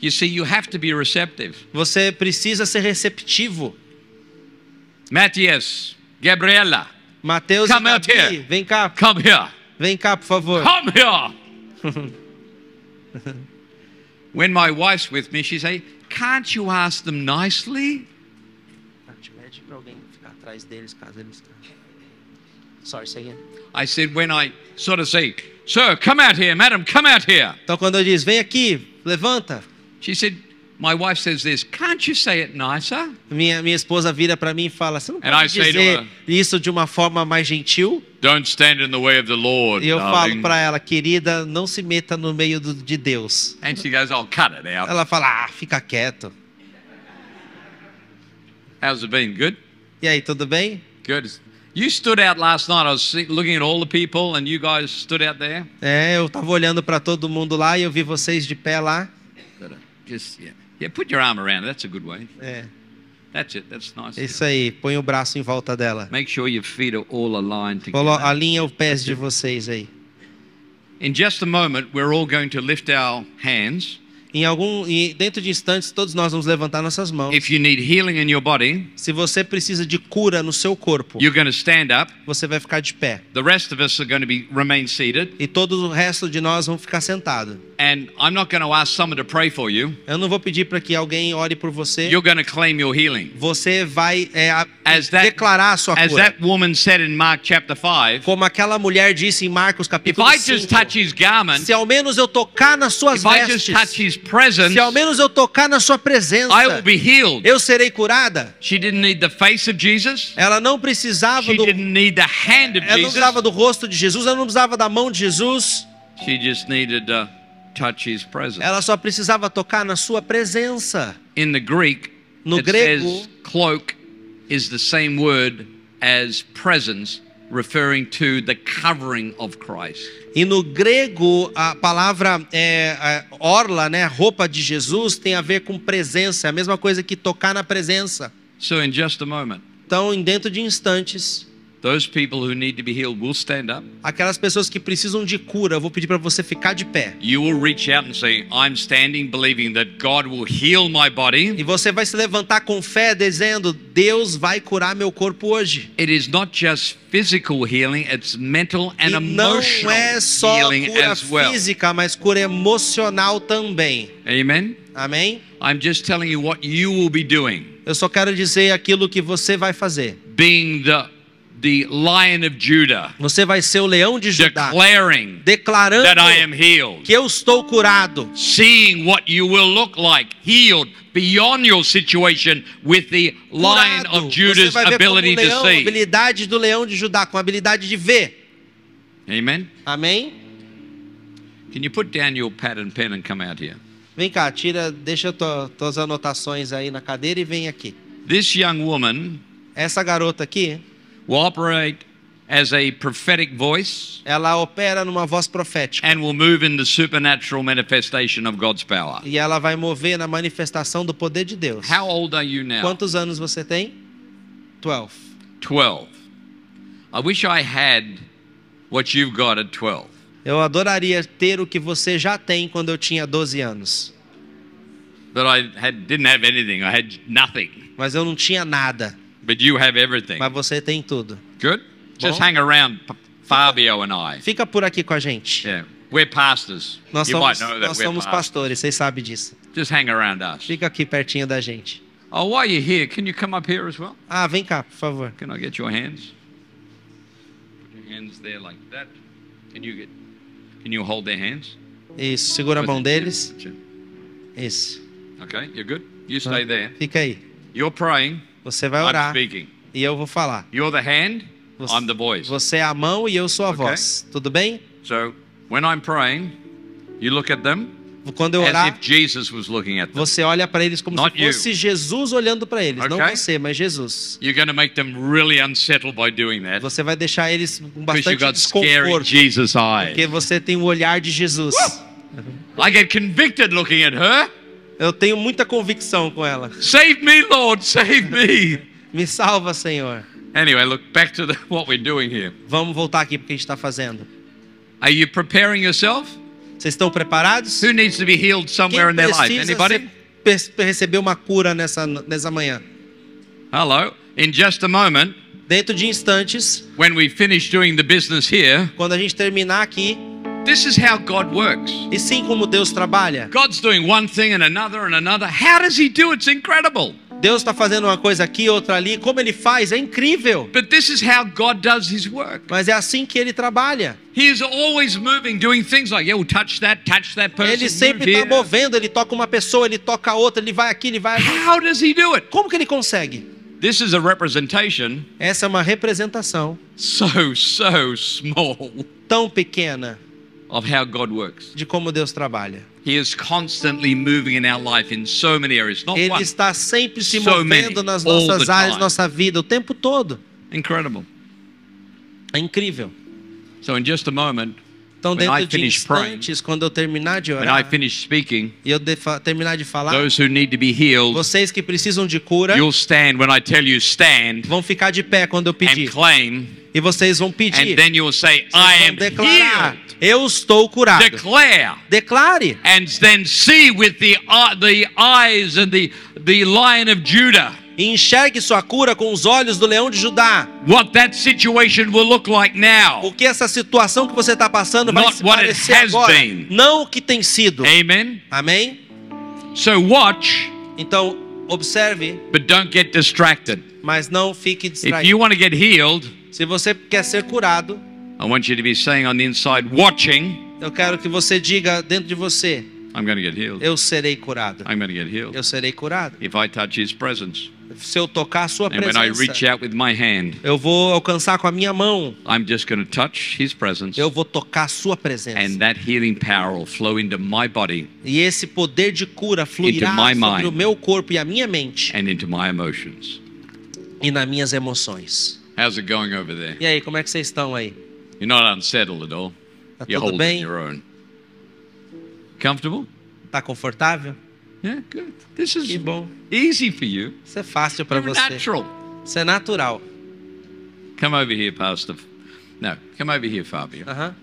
You see, you have to be receptive.
Você precisa ser receptivo.
Matthias, Gabriella,
Mateus, e
Come out
Gabi,
here.
vem cá,
come here.
vem cá, por favor.
Come here. when my wife's with me, she say, "Can't you ask them nicely?"
Pede pra alguém ficar atrás deles caso eles. Sorry, segue.
I said, when I sort of say, "Sir, come out here, madam, come out here,"
Então quando eu diz, vem aqui, levanta.
she said, "My wife says this. Can't you say it nicer?"
Minha, minha esposa vira pra mim e fala: Você não
And I
pode
say to
dizer
her-
isso de uma forma mais gentil?
Don't stand in the way of the Lord.
E eu falo
darling.
pra ela: Querida, não se meta no meio do- de Deus.
and she goes, "I'll cut it out."
Ela fala: Ah, fica quieto.
How's it been? Good.
E aí, tudo bem?
Good. You stood out last night. I was see- looking at all the people, and you guys stood out there.
É, eu tava olhando pra todo mundo lá e eu vi vocês de pé lá.
Gotta Just yeah, yeah. Put your arm around. it. That's a good way.
É,
That's it. That's nice.
isso aí, põe o braço em volta dela.
Make sure your feet are all aligned together.
Colo alinha o pés de vocês aí.
In just a moment, we're all going to lift our hands.
Em algum, e dentro de instantes, todos nós vamos levantar nossas mãos.
If you need healing in your body,
Se você precisa de cura no seu corpo,
you're going to stand up.
você vai ficar de pé.
The rest of us are going to be remain seated.
E todo o resto de nós vão ficar sentado.
And I'm not going to ask someone to pray for you.
Eu não vou pedir para que alguém ore por você.
You're going to claim your healing.
Você vai é, a-
As that-
declarar a sua
As
cura.
that woman said in Mark chapter 5,
Como aquela mulher disse em Marcos
if
capítulo
I just
5.
touch his garment,
Se ao menos eu tocar nas suas
if I just touch
vestes,
his presence,
se ao menos eu tocar na sua presença,
I will be healed.
eu serei curada.
She didn't need the face of Jesus.
Ela não precisava
She
do
didn't need the hand of
ela não
Jesus.
precisava do rosto de Jesus, ela não precisava da mão de Jesus,
She just needed to touch his presence.
ela só precisava tocar na sua presença.
In the Greek,
No
it
grego-
says cloak is the same word as presence, referring to the covering of Christ.
E no grego, a palavra é, a orla, né, roupa de Jesus, tem a ver com presença, é a mesma coisa que tocar na presença.
So, in just a moment,
Então, em dentro de instantes,
those people who need to be healed will stand up.
aquelas pessoas que precisam de cura, eu vou pedir para você ficar de pé.
You will reach out and say, I'm standing believing that God will heal my body.
E você vai se levantar com fé dizendo: Deus vai curar meu corpo hoje.
It is not just physical healing, it's mental and
e não
emotional
é só
healing
cura
as well.
física, mas cura emocional também.
Amen.
Amém?
I'm just telling you what you will be doing.
Eu só quero dizer aquilo que você vai fazer.
Being the the lion of Judah,
Você vai ser o leão de Judá,
declaring
declarando
that I am healed.
que eu estou curado.
Seeing what you will look like healed beyond your situation with the lion
Curado.
of
você
Judah's
vai ver
ability
como
to
o leão,
see.
habilidade do leão de Judá, com habilidade de ver.
Amen.
Amém?
Can you put down your pad and pen and come out here?
Vem cá, tira, deixa tua, tuas anotações aí na cadeira e vem aqui.
This young woman
Essa garota aqui,
will operate as a prophetic voice
ela opera numa voz profética.
and will move in the supernatural manifestation of God's power.
E ela vai mover na manifestação do poder de Deus.
How old are you now?
Quantos anos você tem? 12.
12. I wish I had what you've got at 12.
Eu adoraria ter o que você já tem quando eu tinha 12 anos.
That I had didn't have anything. I had nothing.
Mas eu não tinha nada.
But you have everything.
Mas você tem tudo.
Good? Just
Bom.
hang around P- Fabio and I.
Fica por aqui com a gente.
Yeah. We're pastors.
Nós
you
somos,
might know that
nós
we're
somos
pastors.
pastores, vocês sabem disso.
Just hang around us.
Fica aqui pertinho da gente.
Oh, while you're here, can you come up here as well?
Ah, vem cá, por favor.
Can I get your hands? Put your hands there like that. Can you get can you hold their hands?
Isso, segura a mão deles.
Okay,
Isso.
you're good? You stay there.
Fica aí.
You're praying.
Você vai
I'm
orar
speaking.
e eu vou falar.
You're the hand,
Você,
I'm the voice.
você é a mão e eu sou a
Ok.
voz. Tudo bem?
So when I'm praying, you look at them
Quando eu
as
orar,
if Jesus was looking at them.
Você olha para eles como
Not
se
you.
fosse Jesus olhando para eles, não
Okay?
você, mas Jesus.
You're going to make them really unsettled by doing that
Você vai deixar eles com
because you
bastante
got scary
desconforto,
Jesus Uh! eyes.
porque você tem o olhar de Jesus.
I get convicted looking at her.
Eu tenho muita convicção com ela.
Save me, Lord, save me.
Me salva, Senhor.
Anyway, look back to the, what we're doing here.
Vamos voltar aqui porque a gente está fazendo.
Are you preparing yourself?
Vocês estão preparados?
Who needs to be healed somewhere
Quem
in their life?
precisa
Anybody?
ser- pe- pe- receber uma cura nessa, nessa manhã?
Hello. In just a moment,
Dentro de instantes,
when we finish doing the business here,
quando a gente terminar aqui,
this is how God works.
e sim como Deus trabalha.
God's doing one thing and another and another. How does He do it? It's incredible.
Deus está fazendo uma coisa aqui, outra ali. Como Ele faz? É incrível.
But this is how God does His work.
Mas é assim que ele trabalha.
He is always moving, doing things like, yeah, we'll touch that, touch that person.
Ele
move
sempre
here.
está movendo, ele toca uma pessoa, ele toca a outra, ele vai aqui, ele vai ali.
How does He do it?
Como que ele consegue?
This is a representation
Essa é uma representação
so, so small
tão pequena
of how God works.
de como Deus trabalha.
He is constantly moving in our life in so many areas, not
Ele
one.
está sempre se
Oh, So
movendo
many,
nas
all
nossas
the
áreas,
time.
nossa vida, o tempo todo.
Incredible.
É incrível.
So in just a moment,
Então,
When I
dentro de
finish praying,
instantes, quando eu terminar de
when I
orar
finish speaking,
e eu de- fa- terminar de falar,
those who need to be healed,
vocês que precisam de cura
you'll stand when I tell you stand
vão ficar de pé quando eu
and
pedir.
claim,
E vocês vão pedir.
and then you'll say, I
Vocês vão
am
declarar:
healed.
Eu estou curado.
Declare.
Declare.
uh, And then see with the, eye the eyes and the, the lion of Judah
e enxergue sua cura com os olhos do leão de Judá.
What that situation will look like now.
Porque essa situação que você está passando vai
Not
se
what it
parecer
has
agora,
been.
não o que tem sido.
Amen.
Amém?
So watch,
Então, observe,
but don't get distracted.
mas não fique
If
distraído.
you want to get healed,
Se você quer ser curado,
I want you to be saying on the inside, watching,
eu quero que você diga dentro de você:
I'm going to get healed.
Eu serei curado.
I'm going to get healed.
Eu serei curado.
If I touch his presence,
Se eu tocar a sua
and when I reach
presença,
out with my hand,
eu vou alcançar com a minha mão.
I'm just going to touch his presence,
Eu vou tocar a sua
and
presença.
that healing power will flow into my body
E esse poder de cura fluirá
my
sobre
mind.
o meu corpo e a minha mente
and into my emotions.
e nas minhas emoções.
How's it going over there?
E aí, como é que vocês estão aí?
You're not unsettled at all.
Tá
You're
tudo
holding
bem?
your own. Comfortable?
Tá confortável?
Yeah, good. This is
Que bom.
easy for you.
Isso é fácil para
You're
você.
natural.
Isso é natural.
Come over here, Pastor. No, come over here, Fabio.
Aham.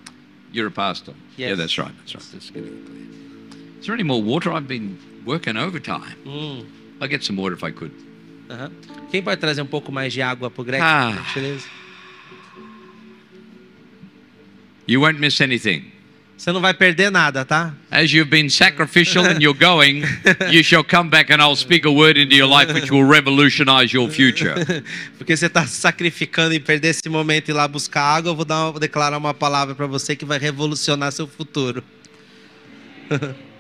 You're a pastor.
Yes.
Yeah, that's right. That's right. Just get it clear. Is there any more water? I've been working overtime.
Hum,
I'll get some water if I could.
aham. Quem pode trazer um pouco mais de água pro Greg,
Ah.
por gentileza?
You won't miss anything.
Você não vai perder nada, tá?
As you've been sacrificial and you're going, you shall come back and I'll speak a word into your life which will revolutionize your future.
Porque você tá se sacrificando em perder esse momento e ir lá buscar água, eu vou, dar uma- vou declarar uma palavra para você que vai revolucionar seu futuro.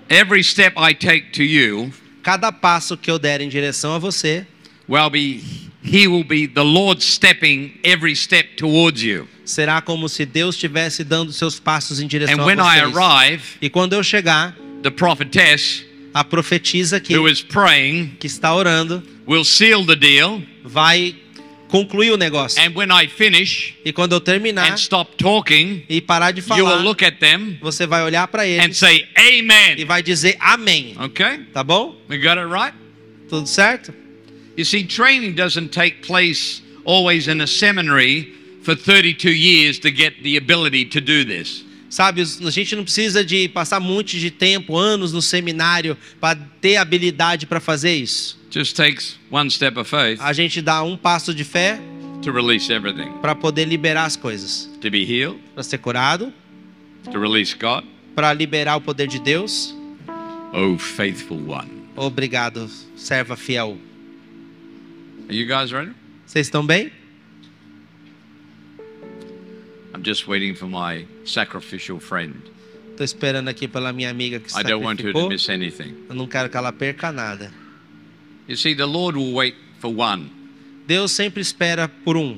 Every step I take to you
Cada passo que eu der em direção a você
will be, he will be the Lord stepping every step towards you.
será como se Deus estivesse dando seus passos em direção
And when
a
I
vocês.
arrive,
E quando eu chegar,
the prophetess
a profetisa que,
who is praying
que está orando
will seal the deal.
vai concluir o negócio.
And when I finish,
E quando eu terminar
and stop talking,
e parar de
you will
falar,
look at them
você vai olhar para
and Ah.
eles
say,
e
Amen.
vai dizer amém.
Okay?
Tá bom?
We got it right?
Tudo certo?
You see, training doesn't take place always in a seminary for 32 years to get the ability to do this.
Sabe, os- a gente não precisa de passar um monte de tempo, anos no seminário para ter habilidade para fazer isso.
Just takes one step of faith
A gente dá um passo de fé
to release everything.
para poder liberar as coisas,
To be healed,
para ser curado,
to release God.
para liberar o poder de Deus.
Oh, faithful one.
Obrigado, serva fiel.
Are you guys ready?
Vocês estão bem?
I'm just waiting for my sacrificial friend.
Tô esperando aqui pela minha amiga que se
I don't want her to
sacrificou.
miss anything.
Eu não quero que ela perca nada.
You see, the Lord will wait for one.
Deus sempre espera por um.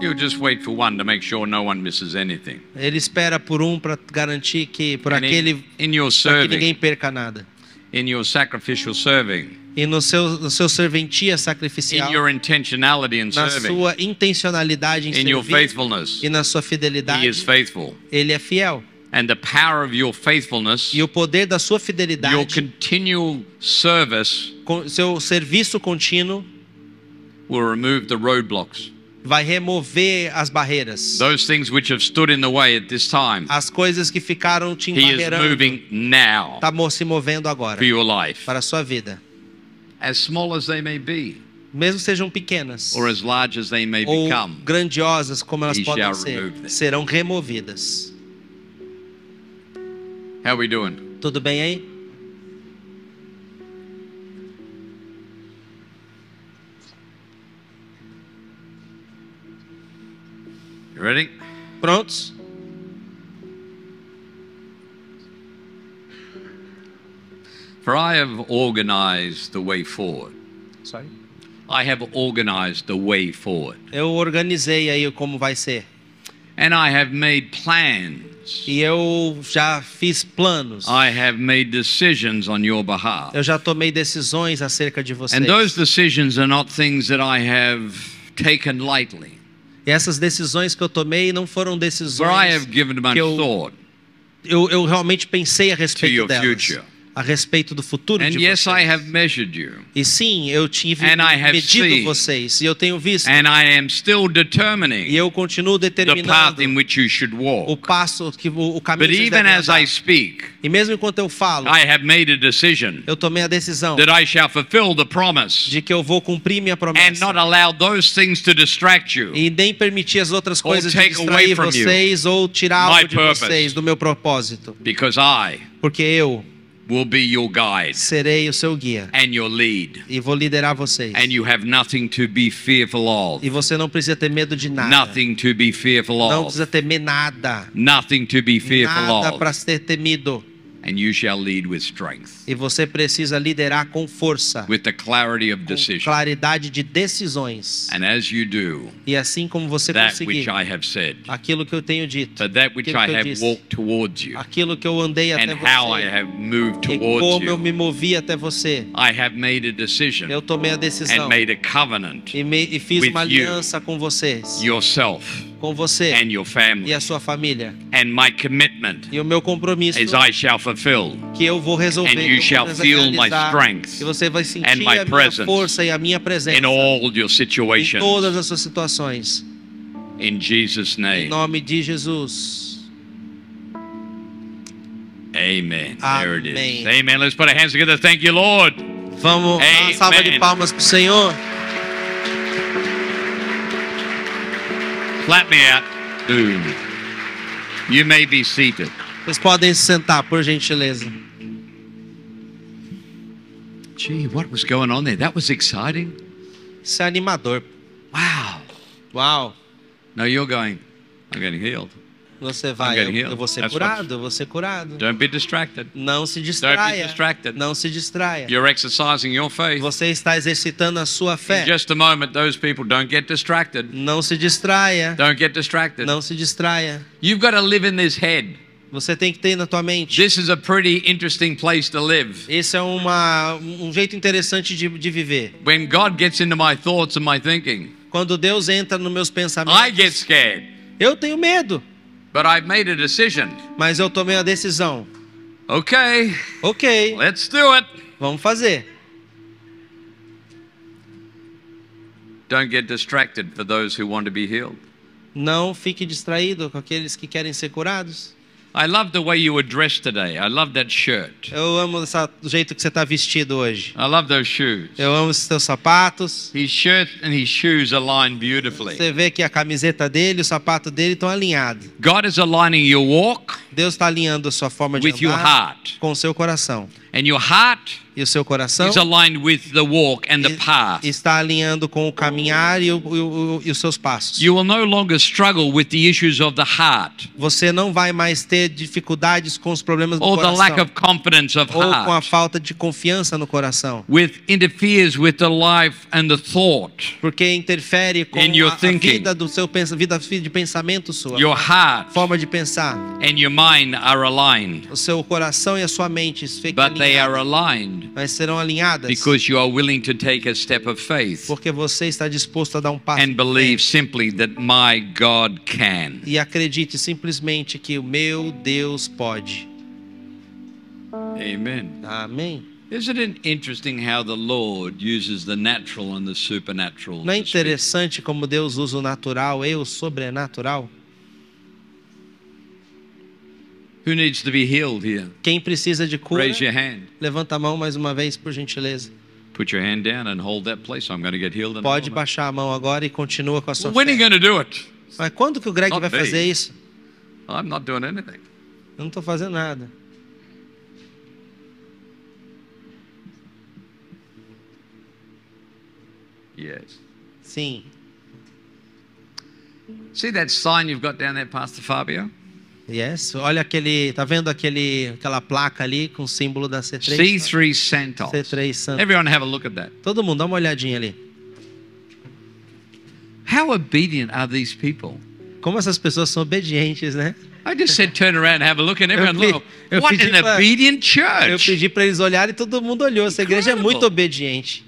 He'll just wait for one to make sure no one misses anything.
Ele espera por um para garantir que por
And in-
aquele
in your
pra que
serving,
ninguém perca nada.
in your sacrificial serving,
E no seu, no seu serventia
in
sacrificial,
your intentionality in
na
serving,
sua intencionalidade em
in your
servir
faithfulness,
e na sua
He
fidelidade,
is faithful.
ele é fiel.
And the power of your faithfulness,
E o poder da sua
your
fidelidade,
continual service,
com seu serviço contínuo,
will remove the roadblocks,
vai remover as barreiras.
those things which have stood in the way at this time.
As coisas que ficaram te
He is
embarreirando,
moving now
está se movendo agora
for your life,
para a sua vida.
as small as they may be,
Mesmo sejam pequenas
or as large as they may
ou
become.
grandiosas como elas
He
podem
shall
ser,
remove them.
serão removidas.
How are we doing?
Tudo bem aí?
You ready?
Prontos?
For I have organized the way forward. I have organized the way forward.
Eu organizei aí como vai ser.
And I have made plans.
E eu já fiz planos.
I have made decisions on your behalf.
Eu já tomei decisões acerca de vocês.
And those decisions are not things that I have taken lightly,
E essas decisões que eu tomei não foram
where I
decisões
have given much
que eu-
thought.
eu, eu realmente pensei a respeito
your
delas.
future.
a respeito do futuro
And
de
yes, I
vocês.
have measured you.
E sim, eu tive
And I have
medido
seen.
vocês e eu tenho visto
And I am still
e
determining
eu continuo
the path
determinando
in which you should
o
walk.
passo que o, o caminho
But
que vocês
even
devem
as I
andar.
speak,
E mesmo enquanto eu falo,
I have made a decision
eu tomei a decisão
that I shall fulfill the promise
de que eu vou cumprir minha
and not
promessa
allow those things to distract you.
e nem permitir as outras
Or
coisas
take
de distrair
away from you
vocês ou tirar
my
algo de
purpose.
vocês do meu propósito,
Because I
porque eu
will be your guide
serei o seu guia
and your lead.
e vou liderar vocês.
And you have nothing to be fearful of.
E você não precisa ter medo de nada.
Nothing to be fearful
Não
of.
precisa temer nada.
Nothing to be fearful
Nada para
of.
ser temido.
And you shall lead with strength,
E você precisa liderar com força,
with the clarity of
com
decision.
claridade de decisões.
And as you do,
E assim como você
that which
conseguir
I have said,
aquilo que eu tenho dito,
but that which
Aquilo
I
que eu
have
disse.
walked towards you,
aquilo que eu andei
and
até
how I
você,
have moved
e
towards
como eu me
you,
movi até você,
I have made a decision
eu tomei a decisão
and made a covenant,
e, me- e fiz
with
uma
you.
aliança com vocês,
yourself
com você
and your
e
family.
a sua família.
And my commitment
E o meu compromisso
is I shall fulfill.
que eu vou resolver,
And
que
you
eu vou
shall feel my
realizar,
strength
e você vai sentir a
my
minha
presence
força e a minha presença
in all your
em todas
situations.
as suas situações.
In Jesus'
Em
name.
nome de Jesus.
Amen. There it is.
Amém.
Amen. Let's put our hands together. Thank you, Lord.
Vamos dar uma salva
Amen.
de palmas pro Senhor.
Clap me out. Boom. You may be seated.
Vocês podem se sentar, por gentileza.
Gee, what was going on there? That was exciting.
Isso é animador.
Wow.
Uau.
No, you're going, I'm getting healed.
Você vai,
getting
eu,
healed.
eu vou ser
That's
curado, eu vou ser curado.
Don't be distracted.
Não se distraia.
distracted.
Não se distraia.
You're exercising your faith.
Você está exercitando a sua
In
fé.
just a moment, those people don't get distracted.
Não se distraia.
Don't get distracted.
Não se distraia.
You've got to live in this head.
Você tem que ter na tua mente.
This is a pretty interesting place to live.
Esse é uma, um jeito interessante de, de viver.
When God gets into my thoughts and my thinking,
Quando Deus entra nos meus
I
pensamentos,
get scared.
eu tenho medo,
But I've made a decision.
mas eu tomei a decisão.
Okay,
Ok,
let's do it.
vamos fazer.
Don't get distracted for those who want to be healed.
Não fique distraído com aqueles que querem ser curados.
I love the way you were dressed today. I love that shirt.
Eu amo essa- o jeito que você está vestido hoje.
I love those shoes.
Eu amo os seus sapatos.
His shirt and his shoes align beautifully.
Você vê que a camiseta dele, o sapato dele estão alinhados.
God is aligning your walk
Deus está alinhando a sua forma de
with your
andar
heart.
com o seu coração.
And your heart
E o seu coração
is aligned with the walk and the
e-
path.
está alinhando com o caminhar e, o- e o- e os seus passos.
You will no longer struggle with the issues of the heart
Você não vai mais ter dificuldades com os problemas do
or the
coração.
lack of confidence of
ou com a
heart,
falta de confiança no coração,
with interferes with the life and the thought.
porque interfere com
In your
a, a
thinking.
vida do seu pensa, vida de pensamento sua,
Your heart
forma de pensar.
and your mind are aligned,
O seu coração e a sua mente ficam
but they are
alinhadas,
aligned
mas serão alinhadas
because you are willing to take a step of faith
porque você está disposto a dar um passo
and
em
believe
frente.
simply that my God can.
e acredite simplesmente que o meu Deus pode.
Amen.
Amém.
Isn't it interesting how the Lord uses the natural and the supernatural?
Não é
to speak?
interessante como Deus usa o natural e o sobrenatural?
Who needs to be healed here?
Quem precisa de cura,
Raise your hand.
levanta a mão mais uma vez, por gentileza.
Put your hand down and hold that place. I'm going to get healed. In a
Pode
moment.
baixar a mão agora e continua com a sua
When are
fé.
you going to do it?
Mas quando que o Greg
Not
vai
me.
fazer isso?
Oh, I'm not doing anything.
Eu não tô fazendo nada.
Yes.
Sim.
See that sign you've got down there, Pastor Fabio?
Yes. Olha aquele. Tá vendo aquele, aquela placa ali com o símbolo da C3?
C3 Santos.
C3 Santos.
Everyone have a look at that.
Todo mundo, dá uma olhadinha ali.
How obedient are these people?
Como essas pessoas são obedientes, né?
I just said turn around and have a look, and everyone
pe-
look.
eu
What
pedi
an
pra-
obedient
Eu
church!
pedi para eles olharem e todo mundo olhou. Essa igreja é muito obediente.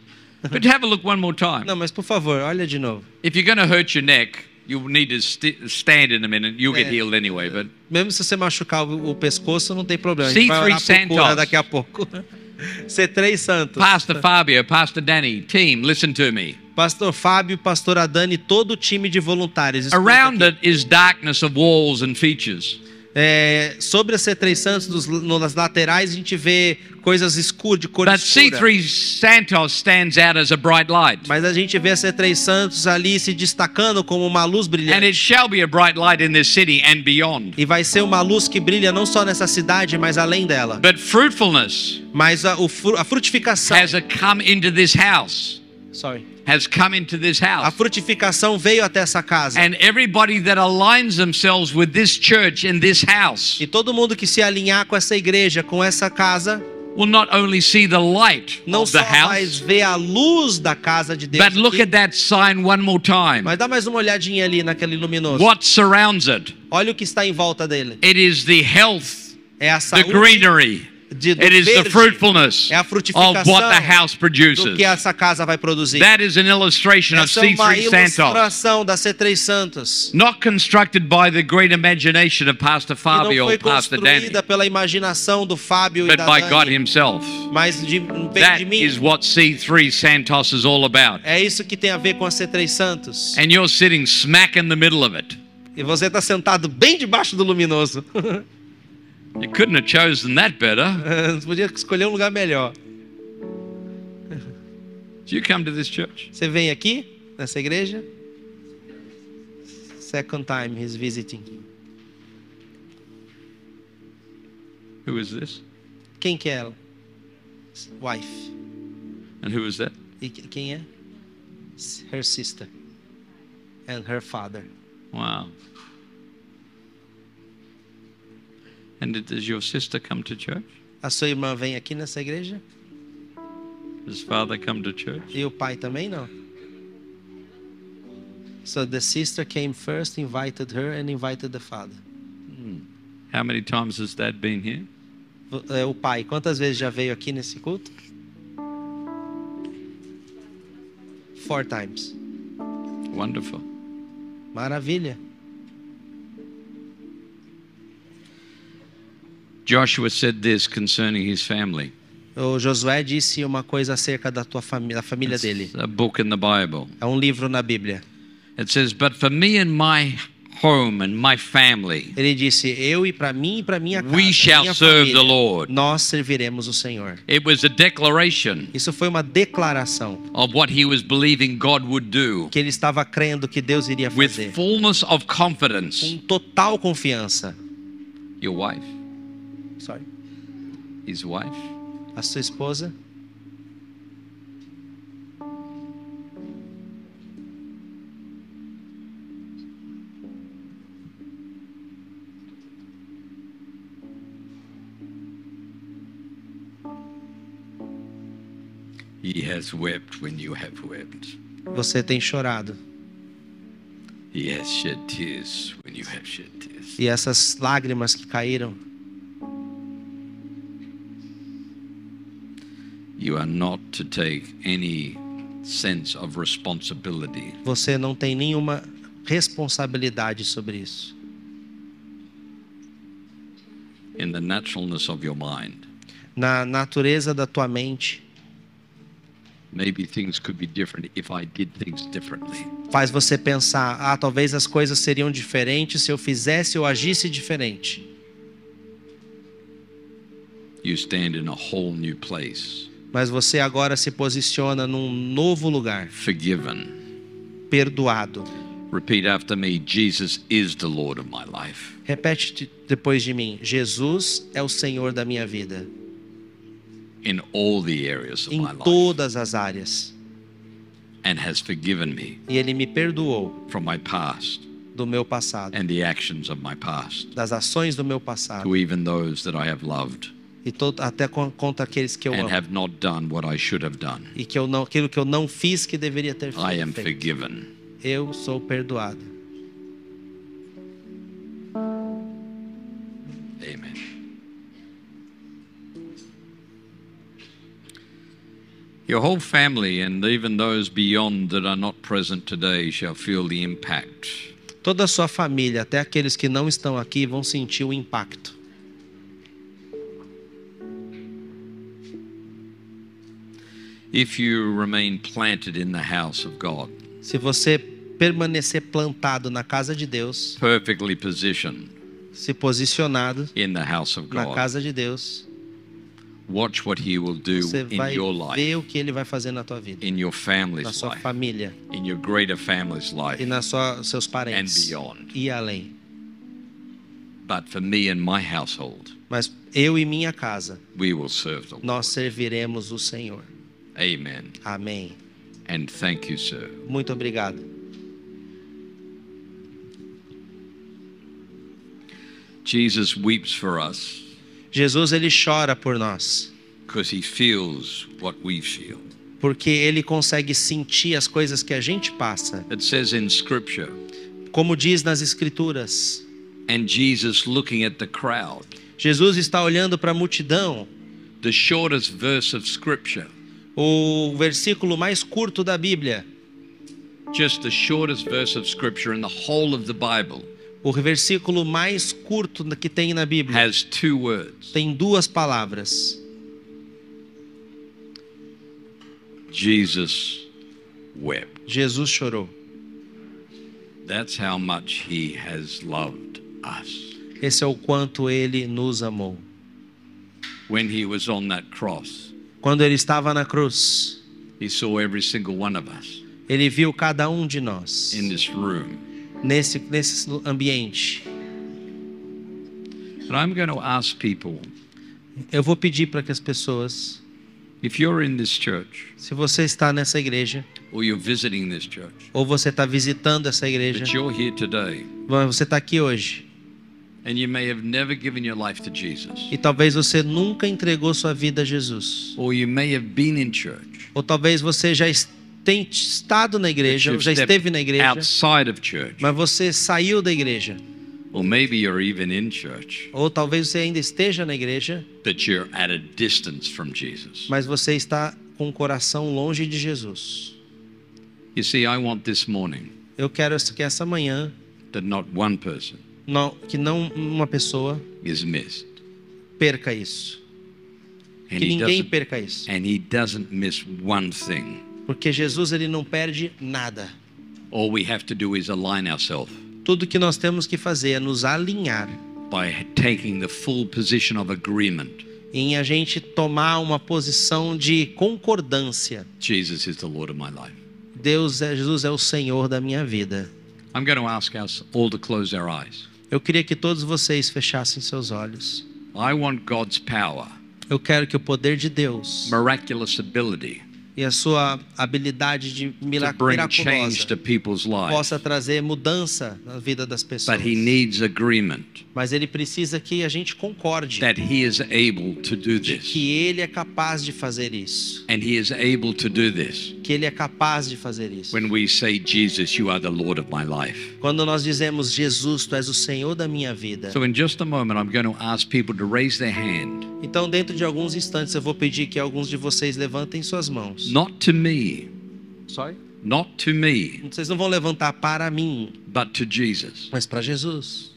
But have a look one more time.
Não, mas por favor, olha de novo.
If you're going to hurt your neck, You'll need to st- stand in a minute. You'll get
Yeah.
healed anyway. But
Mesmo se você machucar o, o pescoço, não tem problema. A gente vai
C3
orar por cura
Santos.
daqui a pouco. C3 Santos.
Pastor Fabio, Pastor Danny, team, listen to me.
Pastor Fábio, pastora Dani, todo o time de voluntários. escuta
Around
aqui.
it is darkness of walls and features.
É, sobre a C3 Santos, nos, no- nas laterais, a gente vê coisas escuras, de cor
But
escura.
C3 Santos stands out as a bright light.
Mas a gente vê a C3 Santos ali se destacando como uma luz
And
brilhante.
it shall be a bright light in this city and beyond.
E vai ser uma luz que brilha não só nessa cidade, mas além dela.
But fruitfulness
Mas a, o fru- a frutificação.
has a come into this house,
Sorry.
has come into this
A
house.
frutificação veio até essa casa.
And everybody that aligns themselves with this church and this house
E todo mundo que se alinhar com essa igreja, com essa casa,
will not only see the light
não
of the
só mais
house,
vê a luz da casa de Deus.
but look
aqui,
at that sign one more time.
Mas dá mais uma olhadinha ali naquele luminoso.
What surrounds it?
Olha o que está em volta dele.
It is the health,
É a
the
saúde
greenery.
de, do
It is the
verde
fruitfulness
é a
of what the
frutificação
house
do
produces.
que essa casa vai produzir.
That is an illustration of
Essa é uma
C3 Santos.
ilustração da C3 Santos.
Not constructed by the great imagination of Pastor
Que não
Fabio or
foi
Pastor Danny,
construída pela imaginação do Fábio e
but
da
by God
Dani,
Himself.
mas de, vem
That
de mim.
is what C3 Santos is all about.
É isso que tem a ver com a C3 Santos.
And you're sitting smack in the middle of it.
E você está sentado bem debaixo do luminoso.
You couldn't have chosen that better.
Você podia escolher um lugar melhor.
Do you come to this church?
Você vem aqui, nessa igreja? Second time he's visiting.
Who is this?
Quem que é ela? Wife.
And who is that?
E que- quem é? Her sister. And her father.
Wow. And did- does your sister come to church?
A sua irmã vem aqui nessa igreja?
Does father come to church?
E o pai também não? So the sister came first, invited her and invited the father.
How many times has dad been here?
V- é, O pai, quantas vezes já veio aqui nesse culto? Four times.
Wonderful.
Maravilha.
Joshua said this concerning his family.
O Josué disse uma coisa acerca da tua família, da família dele.
It's a book in the Bible.
É um livro na Bíblia.
It says, But for me and my home and my family,
Ele disse: Eu e para mim e para minha casa,
we shall
minha
serve the
família,
Lord.
nós serviremos o Senhor.
It was a declaration
Isso foi uma declaração
of what he was believing God would do
que ele estava crendo que Deus iria fazer.
with fullness of confidence.
Com total confiança.
Your wife,
Sorry.
his wife,
A sua esposa,
he has wept when you have wept.
você tem chorado.
He has shed tears when you have shed tears.
E essas lágrimas que caíram,
You are not to take any sense of responsibility.
você não tem nenhuma responsabilidade sobre isso.
in the naturalness of your mind.
Na natureza da tua mente,
Maybe things could be different if I did things differently.
faz você pensar: ah, talvez as coisas seriam diferentes se eu fizesse ou agisse diferente.
You stand in a whole new place,
Mas você agora se posiciona num novo lugar,
forgiven.
perdoado.
Repeat after me Jesus is the Lord of my life.
Repete te- depois de mim: Jesus é o Senhor da minha vida,
In all the areas of
em
my life,
todas as áreas.
and has forgiven me
E Ele me perdoou
from my past
do meu passado,
and the actions of my past,
das ações do meu passado,
to even those that I have loved
e to- até con- contra aqueles que eu
and
amo.
have not done what I should have done.
E que eu não, aquilo que eu não fiz que deveria ter
I am
feito.
forgiven.
Eu sou perdoado.
Amen. Your whole family and even those beyond that are not present today shall feel the impact
Toda a sua família, até aqueles que não estão aqui, vão sentir o impacto.
if you remain planted in the house of God,
Se você permanecer plantado na casa de Deus,
perfectly positioned
se posicionado
in the house of
na
God.
casa de Deus,
Watch what He will do
você
in
vai
your life,
ver o que ele vai fazer na tua vida,
in your
na
family's
sua
life,
família
in your greater family's life,
e na sua seus
and
parentes
beyond.
e além.
But for me and my household,
Mas eu e minha casa,
we will serve the Lord.
nós serviremos o Senhor.
Amen.
Amém.
And thank you, sir.
Muito obrigado.
Jesus weeps for us
Jesus ele chora por nós,
because He feels what we feel.
porque ele consegue sentir as coisas que a gente passa.
It says in Scripture,
Como diz nas escrituras,
and Jesus looking at the crowd,
Jesus está olhando para a multidão.
the shortest verse of Scripture.
O versículo mais curto da Bíblia,
just the shortest verse of scripture in the whole of the Bible
o versículo mais curto que tem na Bíblia,
has two words
tem duas palavras:
Jesus wept.
Jesus chorou.
That's how much he has loved us.
Esse é o quanto ele nos amou.
When he was on that cross,
Quando ele estava na cruz,
he saw every single one of us
ele viu cada um de nós
in this room.
nesse, nesse ambiente.
And I'm going to ask people
Eu vou pedir para que as pessoas
if you're in this church
Se você está nessa igreja,
or you're visiting this church,
ou você está visitando essa igreja,
that you're here today
bom, você está aqui hoje,
and you may have never given your life to Jesus,
e talvez você nunca entregou sua vida a Jesus,
or you may have been in church,
ou talvez você já es- tenha estado na
that
igreja,
you've
já
stepped
esteve na igreja,
outside of church,
mas você saiu da igreja,
or maybe you're even in church.
ou talvez você ainda esteja na igreja,
that you're at a distance from Jesus.
mas você está com o coração longe de Jesus.
You see, I want this morning
Eu quero es- que essa manhã,
that not one person
não- que não uma pessoa
is missed.
perca isso,
And
que
he,
ninguém
doesn't,
perca isso,
and he doesn't miss one thing.
porque Jesus ele não perde nada.
All we have to do is align ourselves
Tudo que nós temos que fazer é nos alinhar
by taking the full position of agreement.
em a gente tomar uma posição de concordância.
Jesus is the Lord of my life.
Deus é Jesus é o Senhor da minha vida.
I'm going to ask us all to close our eyes.
Eu queria que todos vocês fechassem seus olhos.
I want God's power,
Eu quero que o poder de Deus
miraculous ability
e a sua habilidade de
to
mirac
bring change to
miraculosa
people's lives.
possa trazer mudança na vida das pessoas.
But he needs agreement
Mas ele precisa que a gente concorde
that he is able to do
de
this.
que ele é capaz de fazer isso,
And he is able to do this
que ele é capaz de fazer isso.
when we say, Jesus, you are the Lord of my life.
Quando nós dizemos Jesus, tu és o Senhor da minha vida,
So, in just a moment, I'm going to ask people to raise their hand,
Então, dentro de alguns instantes, eu vou pedir que alguns de vocês levantem suas mãos.
not to me, not to me,
Vocês não vão levantar para mim,
but to Jesus.
mas para Jesus.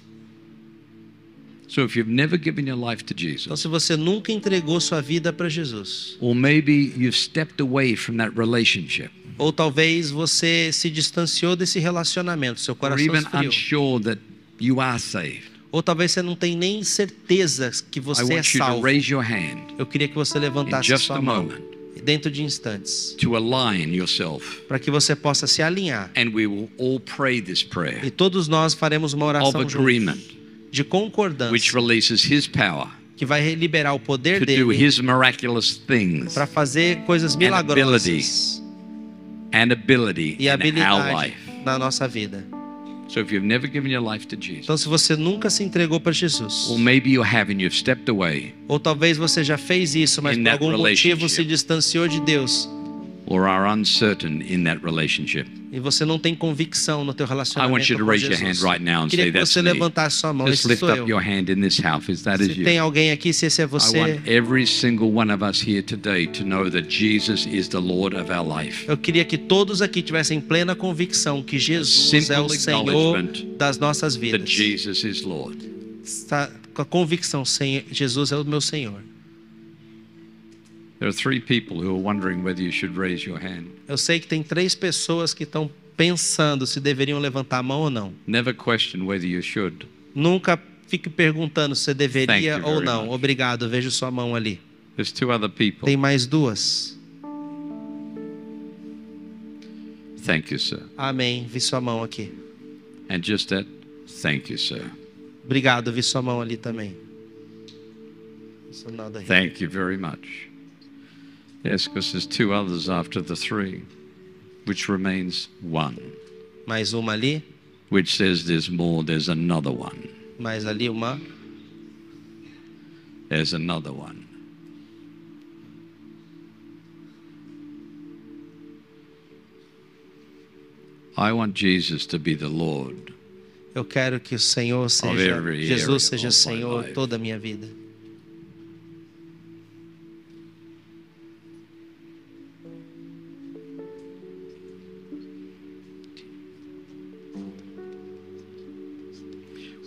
So, if you've never given your life to
Então,
Jesus,
se você nunca entregou sua vida para Jesus,
or maybe you've stepped away from that relationship,
ou talvez você se distanciou desse relacionamento, seu
or
coração
even
esfriou,
unsure that you are saved,
ou talvez você não tem nem certeza que
I
você é
want you to
salvo,
raise your hand
eu queria que você
in
levantasse
just
sua
a
mão
moment
dentro de instantes,
to align yourself,
para que você possa se alinhar.
and we will all pray this prayer
E todos nós faremos uma
of
oração juntos,
agreement,
de
which
concordância,
releases His power.
que vai liberar o poder
to do
dele
his miraculous things
para fazer coisas milagrosas
and ability
e
in our
habilidade
life.
na nossa vida.
So if you've never given your life to Jesus,
Então, se você nunca se entregou para Jesus,
or maybe you have and you've stepped away,
ou talvez você já fez isso, mas
In
por
that
algum motivo
relationship.
se distanciou de Deus,
or are uncertain in that relationship.
E você não tem convicção no teu
I
relacionamento
want you to
com
raise your hand
Jesus.
right now and
Queria
say,
que
That's
você
me.
levantasse sua mão.
Just
Esse
lift
sou eu.
up your hand in this house. Is that is
Se
you?
tem alguém aqui, se esse é
I
você,
want every single one of us here today to know that Jesus is the Lord of our life.
eu queria que todos aqui tivessem plena convicção que Jesus
simple
é o Senhor
acknowledgement
das nossas
That
vidas.
Jesus is Lord.
Está com a convicção, Senhor, Jesus é o meu Senhor.
There are three people who are wondering whether you should raise your hand.
Eu sei que tem três pessoas que estão pensando se deveriam levantar a mão ou não.
Never question whether you should.
Nunca fique perguntando se deveria
Thank you
ou
very
não.
much.
Obrigado, vejo sua mão ali.
There's two other people.
Tem mais duas.
Thank you, sir.
Amém, vi sua mão aqui.
And just that, thank you, sir.
Obrigado, vi sua mão ali também. Isso não é dá.
Thank you very much. Yes, because there's two others after the three, which remains one,
Mais uma ali,
which says there's more, there's another one,
mais ali uma.
there's another one. I want Jesus to be the Lord
Eu quero que o Senhor seja,
every area
Jesus seja
of my
Senhor
life.
toda a minha vida.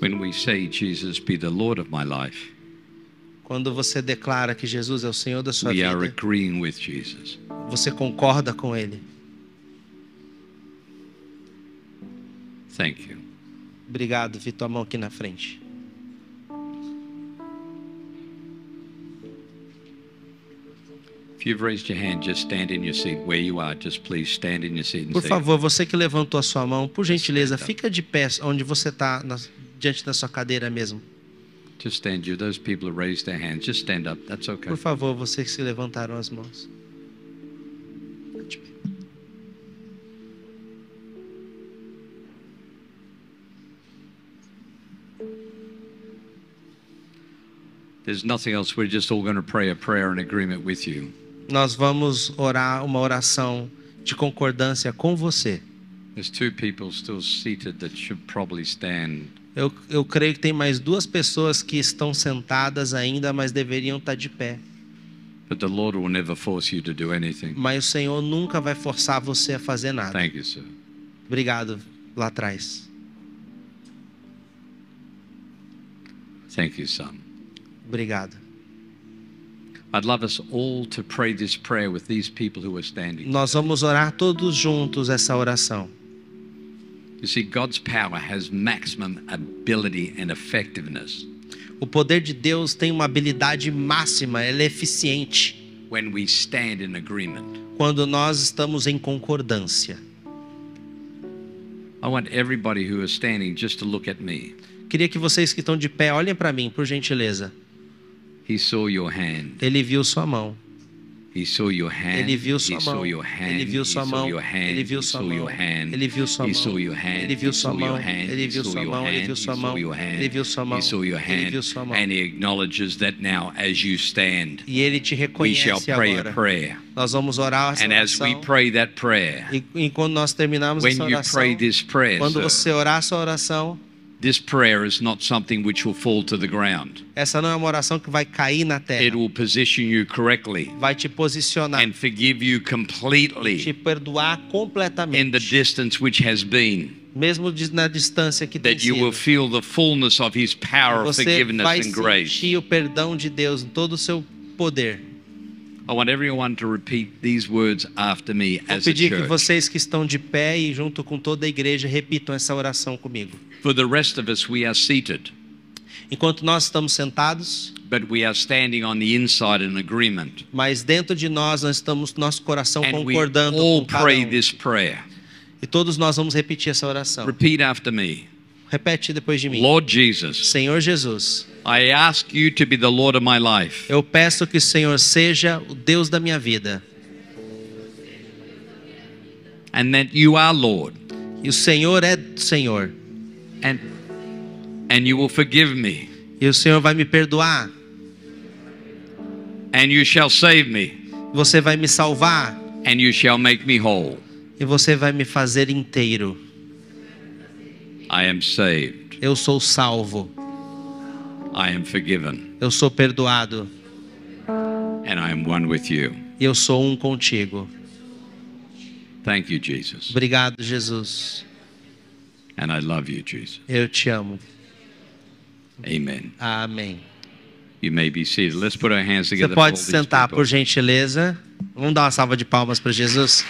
when we say, Jesus, be the Lord of my life.
Quando você declara que Jesus é o Senhor da sua
We are
vida,
agreeing with Jesus.
você concorda com Ele.
Thank you.
Obrigado, vi tua mão aqui na frente.
If you've raised your hand, just stand in your seat where you are. Just please stand in your seat and
Por
say,
favor, você que levantou a sua mão, por gentileza, fica de pé onde você está, diante da sua cadeira mesmo.
Just stand you. Those people who raised their hands, just stand up. That's okay.
Por favor, vocês que se levantaram as mãos.
There's nothing else. We're just all going to pray a prayer in agreement with you.
Nós vamos orar uma oração de concordância com você.
There's two people still seated that should probably stand.
Eu, eu creio que tem mais duas pessoas que estão sentadas ainda, mas deveriam estar de pé.
But the Lord will never force you to do anything.
Mas o Senhor nunca vai forçar você a fazer nada.
Thank you, sir.
Obrigado lá atrás.
Thank you, son.
Obrigado.
I'd love us all to pray this prayer with these people who are standing.
Nós vamos orar todos juntos essa oração.
You see, God's power has maximum ability and effectiveness
O poder de Deus tem uma habilidade máxima, ela é eficiente
when we stand in agreement.
quando nós estamos em concordância.
I want everybody who is standing just to look at me.
Queria que vocês que estão de pé olhem para mim, por gentileza.
He saw your hand.
Ele viu sua mão.
He saw your hand.
Ele viu
he
sua
saw
mão.
your hand.
Ele viu sua
he
mão.
Saw your hand.
Ele viu
he
sua
saw
mão.
your hand.
Ele viu sua
he
mão.
Saw your hand.
Ele viu
he
sua
saw your
mão.
hand.
Ele
he
viu
saw
sua
your
mão. Ele
hand,
viu
he
sua
saw
mão.
your hand,
Ele viu sua
He
mão.
saw your
Ele
hand.
viu sua mão.
And he acknowledges that now as you stand,
E ele te
we shall
reconhece
pray a
agora.
prayer.
Nós vamos orar essa
And as we
oração.
pray that prayer,
E e quando nós terminarmos
when
essa
you
oração,
pray this uh, prayer,
quando
sir,
você orar essa oração,
this prayer is not something which will fall to the ground.
essa não é uma oração que vai cair na
It
terra.
will position you correctly
Vai te posicionar,
and forgive you
te
completely
perdoar
in the
completamente.
distance which has been.
mesmo de- na distância que tem
that you will
sido.
feel the fullness of his power of
Você vai
Ah, forgiveness and grace.
sentir o perdão de Deus em todo o seu poder.
I want everyone to repeat these words after me
Vou
as a
pedir que
church.
vocês que estão de pé e junto com toda a igreja repitam essa oração comigo.
For the rest of us, we are seated,
Enquanto nós estamos sentados,
but we are standing on the inside in agreement.
mas dentro de nós nós estamos nosso coração
And we
concordando
all
com cada
pray
um.
this prayer.
E todos nós vamos repetir essa oração.
Repeat after me.
Repete depois de mim.
Lord Jesus,
Senhor Jesus,
I ask you to be the Lord of my life.
eu peço que o Senhor seja o Deus da minha vida.
And that you are Lord.
E o Senhor é o Senhor.
And and you will forgive me.
E o Senhor vai me perdoar.
And you shall save me.
Você vai me salvar.
and you shall make me whole.
e você vai me fazer inteiro.
I am saved.
Eu sou salvo,
I am forgiven.
eu sou perdoado
And I am one with you.
e eu sou um contigo.
Thank you, Jesus.
Obrigado, Jesus.
And I love you, Jesus.
Eu te amo.
Amen.
Amém.
You may be seated. Let's put our hands
Você
together. for all
pode
these
sentar,
people.
por gentileza. Vamos dar uma salva de palmas para Jesus.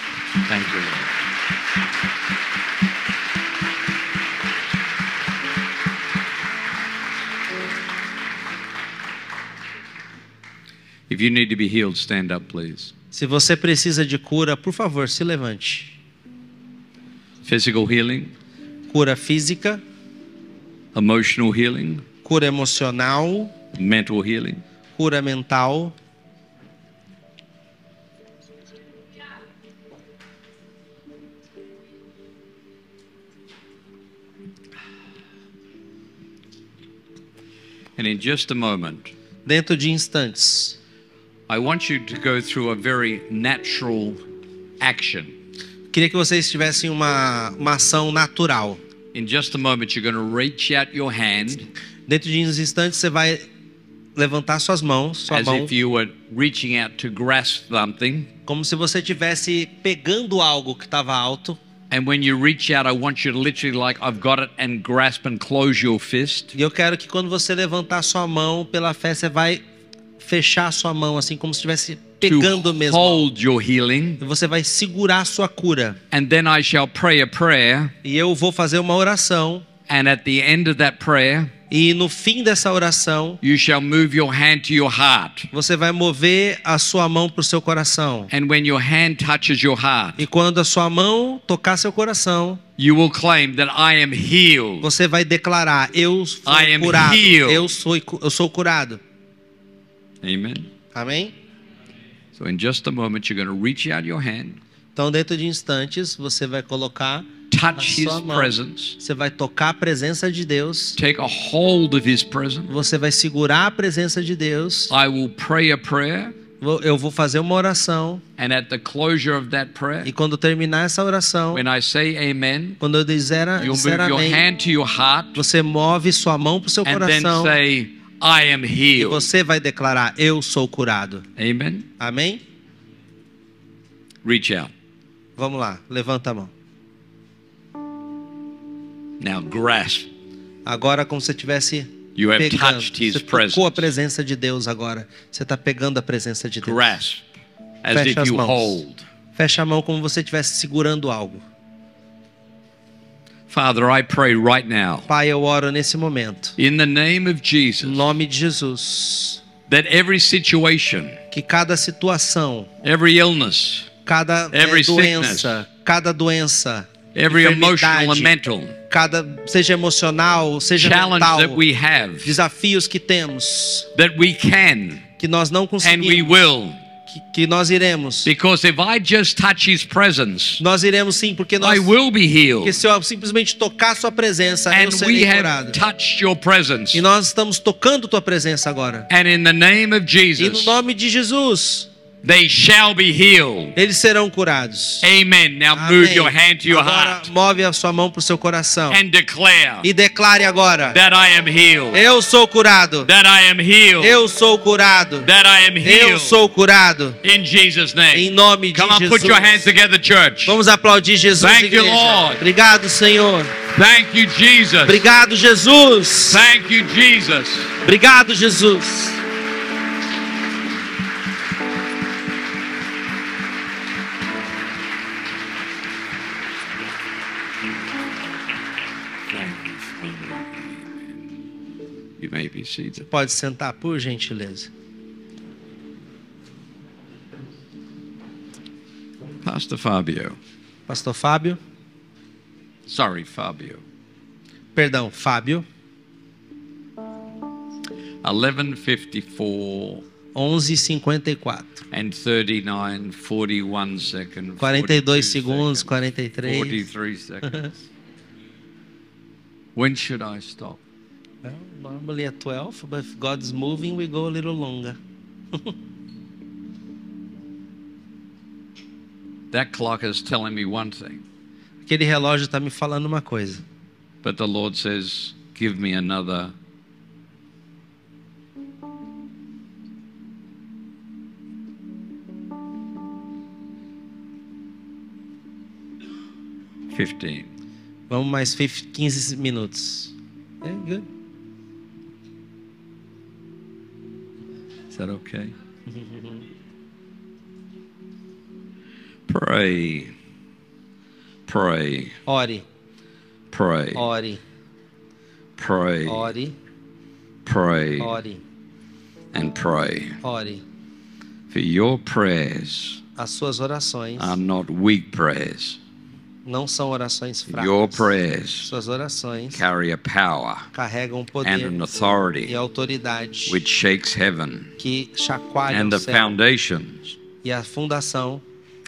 Thank you. Lord. If you need to be healed, stand up, please.
Se você precisa de cura, por favor, se levante.
Physical healing,
Cura física,
emotional healing,
cura emocional,
mental healing.
cura mental.
And in just a moment,
Dentro de instantes,
I want you to go through a very natural action.
queria que vocês tivessem uma, uma ação natural.
In just a moment, you're going to reach out your hand
Dentro de uns instantes, você vai levantar suas mãos, sua
as
mão,
if you were reaching out to grasp something.
como se você estivesse pegando algo que estava alto.
And when you reach out, I want you to literally, like, I've got it, and grasp and close your fist.
E eu quero que quando você levantar sua mão pela fé, você vai fechar sua mão, assim como se estivesse pegando
To
mesmo. algo.
hold your healing.
E você vai segurar sua cura.
And then I shall pray a prayer.
E eu vou fazer uma oração.
And at the end of that prayer,
E no fim dessa oração,
you shall move your hand to your heart.
você vai mover a sua mão para o seu coração.
And when your hand touches your heart,
E quando a sua mão tocar seu coração,
you will claim that I am healed.
você vai declarar: Eu
I
fui
am
curado.
healed.
Eu sou, eu sou curado.
Amen.
Amém?
So in just a moment, you're going to reach out your hand,
Então, dentro de instantes, você vai colocar,
touch
A sua
His
mão.
presence,
você vai tocar a presença de Deus,
take a hold of His presence.
você vai segurar a presença de Deus.
I will pray a prayer,
Vou- Eu vou fazer uma oração.
and at the closure of that prayer,
E quando terminar essa oração,
when I say Amen,
quando eu disser, a-
you'll
disser
move your
amém,
hand to your heart,
você move sua mão para o seu
and then
coração.
say, "I am
E
healed."
você vai declarar: Eu sou curado.
Amen.
Amém?
Reach out
Vamos lá, levanta a mão.
now. Grasp.
Agora, como se você tivesse
You have
pegando.
touched His
Você tocou a
presence.
presença de Deus agora. Você está pegando a presença de Deus.
Grasp, as
Fecha
if
as
you
mãos.
hold.
Fecha a mão como você estivesse segurando algo.
Father, I pray right now,
Pai, eu oro nesse momento.
in the name of
Em
Jesus,
nome de Jesus.
that every situation,
Que cada situação,
every illness,
cada eh,
Every
doença, cada doença,
every emotional
enfermidade,
and mental
cada seja emocional, seja
challenge
mental,
that we have,
desafios que temos,
that we can
que nós não
and we
conseguimos,
will.
que, que nós iremos.
Because if I just touch His presence,
Nós iremos sim, porque nós
I will be healed.
porque se eu simplesmente tocar sua presença, eu
And we
serei curado.
have touched your presence.
E nós estamos tocando tua presença agora.
And in the name of
E no
Jesus,
nome de Jesus,
they shall be healed.
eles serão curados.
Amen. Now move your hand to your
Agora
heart
move a sua mão para o seu coração
and declare
e declare agora:
that I am healed.
Eu sou curado.
That I am healed.
Eu sou curado.
That I am
Eu
healed.
sou curado.
In Jesus' name.
Em nome de
Come on, put your hands
Jesus.
together, church.
Vamos aplaudir Jesus.
Thank you,
igreja.
Lord.
Obrigado, Senhor.
Thank you, Jesus.
Obrigado, Jesus.
Thank you, Jesus.
Obrigado, Jesus.
You may be seated.
Pode sentar, por gentileza.
Pastor Fabio.
Pastor Fábio.
Sorry, Fabio.
Perdão, Fábio.
1154
11h54.
and 39, 41 seconds.
42 e segundos, e 43.
43 seconds. when should I stop?
Well, É, normally at 12, but if God's moving, we go a little longer.
That clock is telling me one thing,
Aquele relógio está me falando uma coisa.
but the Lord says, Give me another. Fifteen.
Vamos mais 15 15 minutos. É, good.
Is that okay? pray, pray,
Ore,
pray,
ore,
pray,
ore,
pray,
ore,
and pray.
ore.
For your prayers
As suas orações
are not weak prayers.
não são orações
Your
fracas.
prayers
Suas orações
carry a power
carregam
and
poder
an
e
authority
autoridade
which shakes heaven
que chacoalham
and
o
the
céu
foundations
e a fundação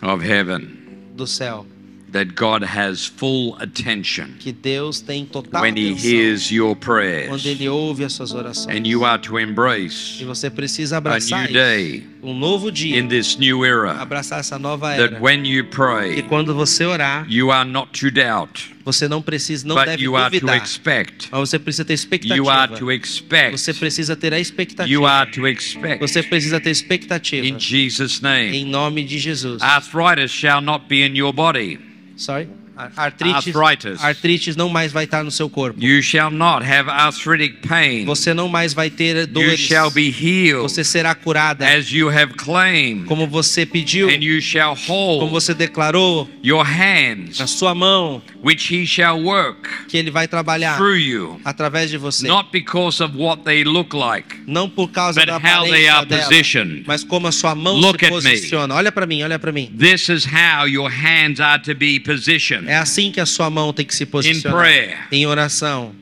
of heaven
do céu.
that God has full attention
Que Deus tem total
when He
atenção
hears your
quando
prayers.
Ele ouve as suas orações.
And you are to
E
embrace
você precisa
a
abraçar
new
isso.
day
um novo dia,
in this new era
abraçar essa nova
that
era.
when you
E
pray,
quando você orar,
you are not to doubt,
você não precisa, não
but
deve
you are to
duvidar.
expect.
Mas você precisa ter
You are
expectativa.
to expect.
Você precisa ter a
You
expectativa.
are to expect.
Você precisa ter expectativa.
In Jesus' name.
Em nome de Jesus.
Arthritis shall not be in your body.
Sorry? Ar- Artrite.
Arthritis.
Artrite não mais vai estar no seu corpo.
You shall not have arthritic pain.
Você não mais vai ter
You
dores.
shall be healed
Você será curada.
as you have claimed,
Como você pediu,
and you shall
como
hold
você declarou
your
na
hands,
sua mão,
which he shall work
que ele vai trabalhar
through you,
através de você.
not because of what they look like,
Não por causa
but
da
how they
aparência
are
dela,
positioned.
mas como a sua mão
Look
se
at me.
posiciona. Olha para mim, olha para mim.
This is how your hands are to be
É
positioned.
assim que a sua mão tem que se
prayer.
posicionar. Em oração.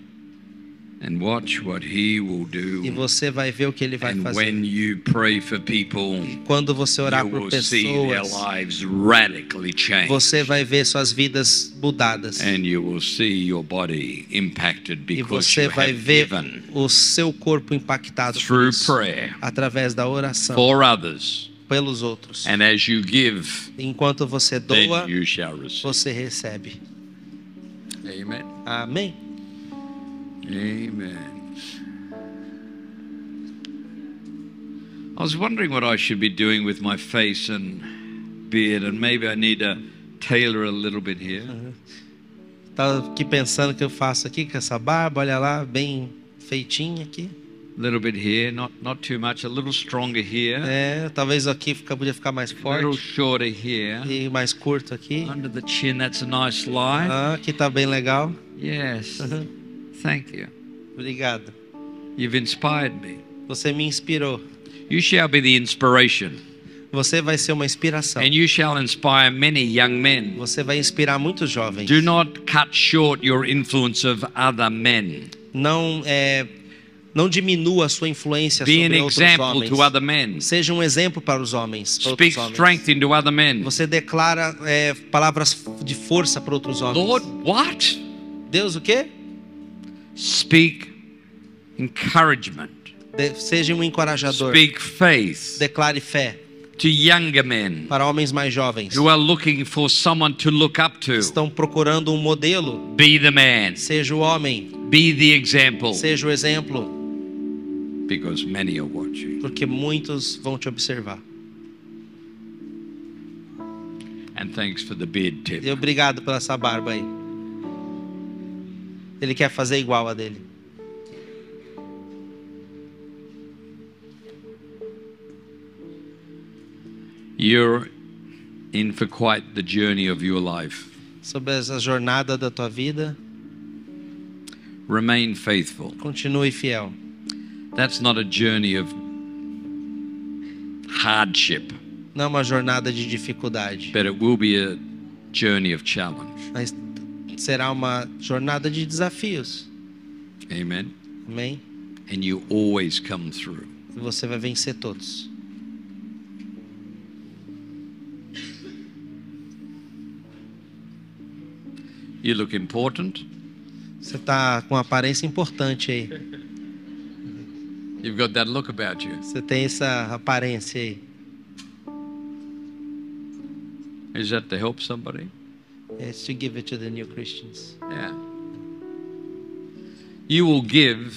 And watch what he will
E
do.
você vai ver o que ele vai
And
fazer.
when you pray for people,
Quando você orar
you
por
will see their
pessoas,
lives radically change.
você vai ver suas vidas mudadas.
And you will see your body impacted
E
because
você
you
vai
have
ver
given
o seu corpo impactado por
through
isso,
prayer
através da oração
for others.
pelos outros.
And as you give,
Enquanto você doa,
then you shall receive.
você recebe.
Amen.
Amém?
Amen. I was wondering what I should be doing with my face and beard, and maybe I need to tailor a little bit here.
Tava Tá aqui pensando o que eu faço aqui com essa barba, olha lá, bem feitinha aqui.
A little bit here, not not too much, a little stronger here,
É, talvez aqui fica, podia ficar mais
a little
forte
shorter here.
e mais curto aqui.
Under the chin, that's a nice line.
Ah, aqui tá bem legal.
Yes. Thank you.
Obrigado.
Mm-hmm. You've inspired me.
Você me inspirou.
You shall be the inspiration,
Você vai ser uma inspiração.
and you shall inspire many young men.
Você vai inspirar muitos jovens.
Do not cut short your influence of other men.
Não é, não diminua a sua influência
Be an
sobre outros
example
homens.
to other men.
Seja um exemplo para os homens. Para
Speak
outros homens.
strength into other men.
Você declara é, palavras de força para outros homens.
Lord, what?
Deus o quê?
Speak encouragement.
De- seja um encorajador.
Speak faith
Declare fé
to younger men
para homens mais jovens.
who are looking for someone to look up to.
Estão procurando um modelo.
Be the man.
Seja o homem,
Be the example.
seja o exemplo,
Because many are watching.
porque muitos vão te observar.
And thanks for the beard tip.
E obrigado pela essa barba aí. Ele quer fazer igual a dele.
You're in for quite the journey of your life.
Sobre essa jornada da tua vida,
Remain faithful.
continue fiel.
That's not a journey of hardship,
Não é uma jornada de dificuldade,
but it will be a journey of challenge.
mas será uma jornada de desafios.
Amen.
Amém?
And you always come through.
E você vai vencer todos.
You look important.
Você tá com uma aparência importante aí.
You've got that look about you.
Você tem essa aparência aí.
Is that to help somebody?
It's to give it to the new Christians.
Yeah. You will give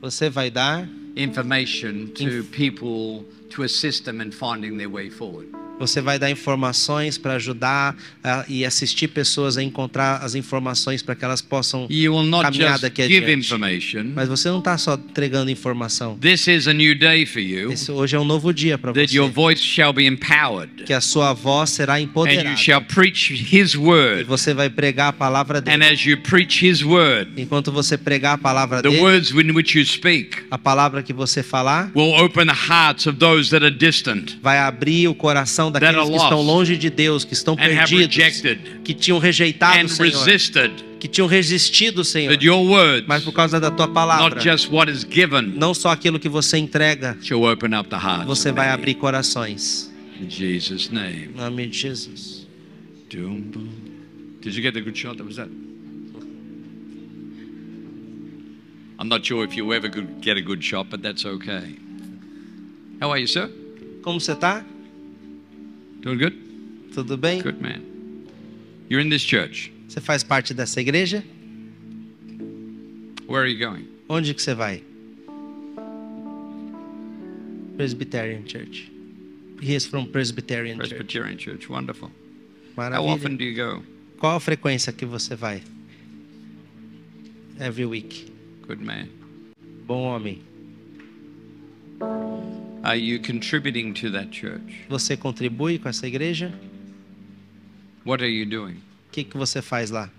Você vai dar,
information to people to assist them in finding their way forward.
você vai dar informações para ajudar ah, e assistir pessoas a encontrar as informações para que elas possam.
You will not
Caminhada
just
que
give
adiante.
information.
Mas você não está só entregando informação.
This is a new day for you,
Esse hoje é um novo dia para
that your
você.
voice shall be empowered,
Que a sua voz será
and you
empoderada.
shall preach His
E
word.
você vai pregar a palavra dele.
And as you preach His word,
Enquanto você pregar a palavra
the
dele,
words in which you speak
a palavra que você falar
will open the hearts of those that are distant
vai abrir o coração daqueles
are
que
lost
estão longe de Deus, que estão
and have
perdidos,
rejected
que tinham rejeitado o
and
Senhor,
resisted.
que tinham resistido o Senhor.
That your words,
Mas por causa da tua
not
palavra,
just what is given,
não só aquilo que você entrega,
shall open up the hearts.
você
of
vai
many.
abrir corações.
In Jesus' name.
Em nome de Jesus.
Doom, boom. Did you get the good shot? That was that. I'm not sure if you ever could get a good shot, but that's okay. How are you, sir?
Como você tá?
Doing good?
Tudo bem?
Good man. You're in this church.
Você faz parte dessa igreja?
Where are you going?
Onde que você vai? Presbyterian Church. He is from Presbyterian Church.
Presbyterian Church. Wonderful. How
Maravilha.
often do you go?
Qual a frequência que você vai? Every week.
Good man.
Bom homem,
Are you contributing to that church?
você contribui com essa igreja?
What are you doing?
O que, que você faz lá?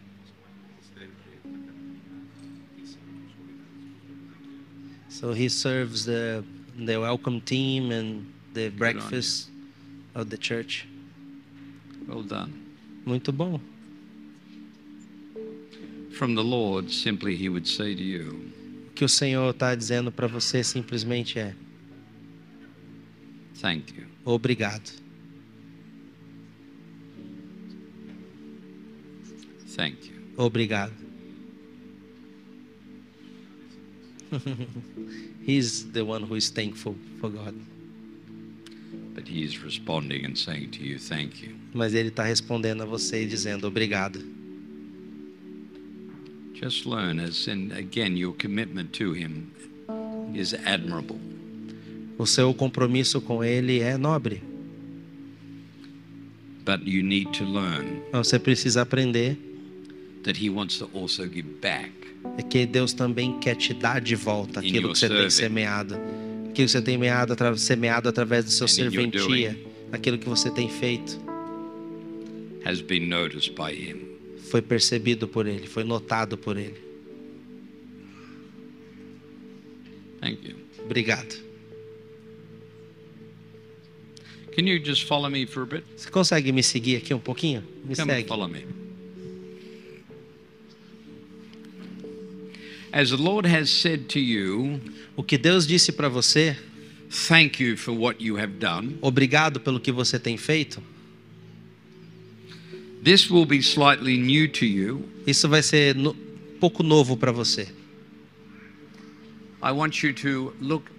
So he serves the the welcome team and the breakfast of the church.
Well done.
Muito bom.
From the Lord, simply He would say to you,
O que o Senhor está dizendo para você simplesmente é
Thank you.
obrigado,
Thank you.
obrigado. He's the one who is thankful for God.
But He is responding and saying to you, Thank you.
Mas ele está respondendo a você e dizendo obrigado.
Just learn as and again your commitment to him is admirable.
O seu compromisso com ele é nobre.
But you need to learn
Mas Você precisa aprender
that he wants to also give back.
é que Deus também quer te dar de volta
In
aquilo
your
que você tem
serving.
semeado. Aquilo que você tem meado, atra- semeado através do seu
And in your
serventia, aquilo que você tem feito,
Has been noticed by him.
foi percebido por ele, foi notado por ele.
Thank you.
Obrigado.
Can you just follow me for a bit?
Você consegue me seguir aqui um pouquinho? Me
Come and
segue.
follow me. As the Lord has said to you,
O que Deus disse para você,
thank you for what you have done.
obrigado pelo que você tem feito,
This will be slightly new to you.
isso vai ser no- pouco novo para você.
I want you to look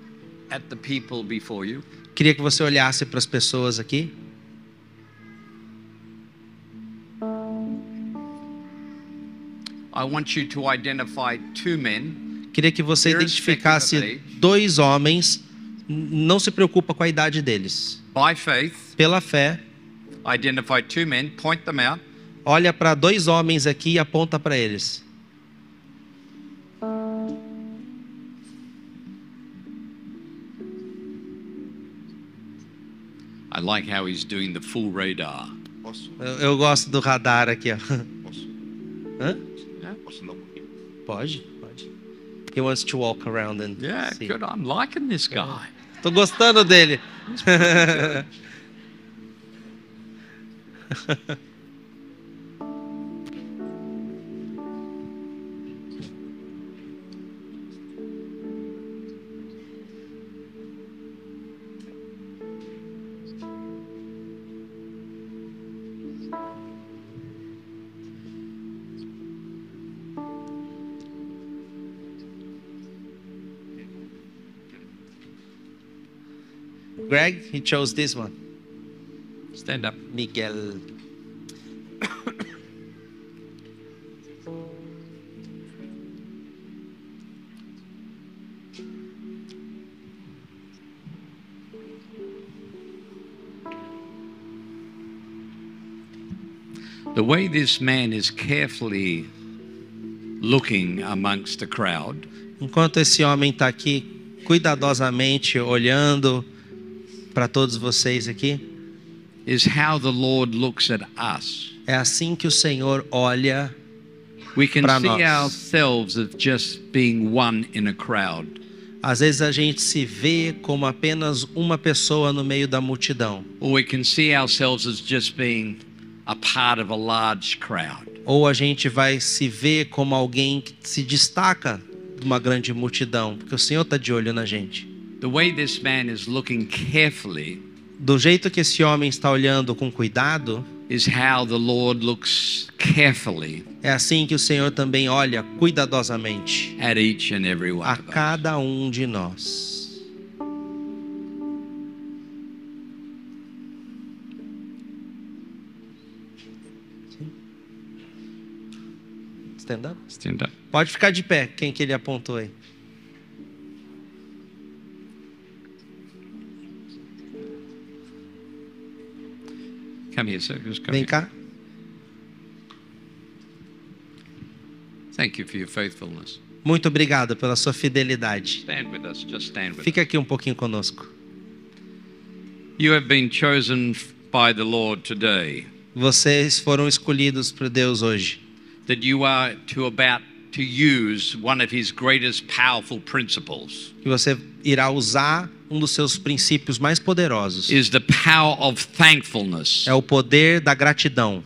at the people before you.
Queria que você olhasse para as pessoas aqui.
I want you to identify two men.
Queria que você
Irrespective of
identificasse
age.
dois homens, n- não se preocupa com a idade deles.
By faith,
Pela fé,
identify two men, point them out.
olha para dois homens aqui e aponta para eles.
I like how he's doing the full radar.
Posso?
Eu, eu gosto do radar aqui, ó.
Posso?
Hã?
Posso andar um pouquinho?
Pode, pode. He wants to walk around and
Yeah,
see.
good. I'm liking this guy.
Tô gostando dele. Greg, he chose this one.
Stand up.
Miguel.
The way this man is carefully looking amongst the crowd,
Enquanto esse homem está aqui cuidadosamente olhando para todos vocês aqui,
is how the Lord looks at us.
é assim que o Senhor olha.
We can
Pra
see
nós.
ourselves as just being one in a crowd,
Às vezes a gente se vê como apenas uma pessoa no meio da multidão,
or we can see ourselves as just being a part of a large crowd.
ou a gente vai se ver como alguém que se destaca de uma grande multidão, porque o Senhor está de olho na gente.
The way this man is looking carefully
Do jeito que esse homem está olhando com cuidado,
is how the Lord looks carefully
é assim que o Senhor também olha cuidadosamente
at each and every
a
one of us.
cada um de nós. Stand up.
Stand up.
Pode ficar de pé, quem que ele apontou aí.
Come here, sir. Just come
Vem
here.
cá.
Thank you for your faithfulness.
Muito obrigado pela sua fidelidade.
Stand with us. Just stand with
Fica aqui um pouquinho conosco.
us. You have been chosen f- by the Lord today
Vocês foram escolhidos por Deus hoje,
that you are to about to use one of his greatest powerful principles
que você irá usar um dos seus princípios mais poderosos.
is the power of thankfulness.
É o poder da gratidão.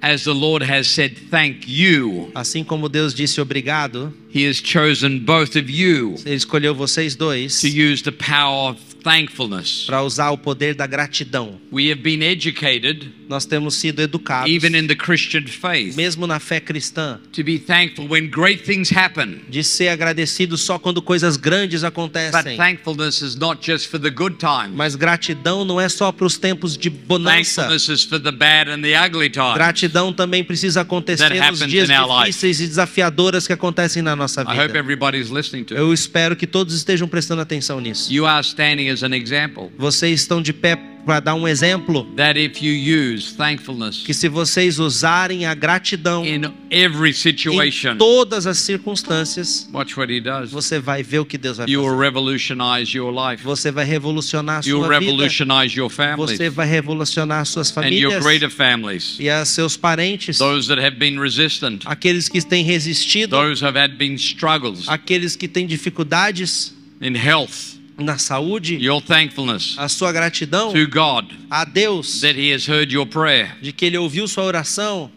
As the Lord has said, thank you.
Assim como Deus disse obrigado,
He has chosen both of you
Ele escolheu vocês dois
to use the power of thankfulness.
para usar o poder da gratidão.
We have been educated,
Nós temos sido educados,
even in the Christian faith,
mesmo na fé cristã,
to be thankful when great things happen.
de ser agradecido só quando coisas grandes
But
acontecem.
thankfulness is not just for the good times.
Mas gratidão não é só para os tempos de bonança.
Thankfulness is for the bad and the ugly times.
Gratidão também precisa acontecer
That
nos
happens
dias
in our life.
difíceis e desafiadoras que acontecem na nossa
I hope
vida.
everybody's listening to it.
Eu espero que todos estejam prestando atenção nisso.
You are standing as an example
Vocês estão de pé para dar um exemplo
that if you use thankfulness
que se vocês usarem a gratidão
in every
em
situation,
todas as circunstâncias,
watch what he does.
você vai ver o que Deus vai
You will
fazer.
revolutionize your life.
Você vai revolucionar a
You will
sua vida.
revolutionize your
Você
families
vai revolucionar as suas
and your
famílias
greater families.
e as seus parentes,
Those that have been resistant,
aqueles que têm resistido,
those who have had been struggles
aqueles que têm dificuldades
in health.
na saúde.
Your thankfulness
a sua gratidão
to God
a Deus
that he has heard your prayer.
de que ele ouviu sua oração,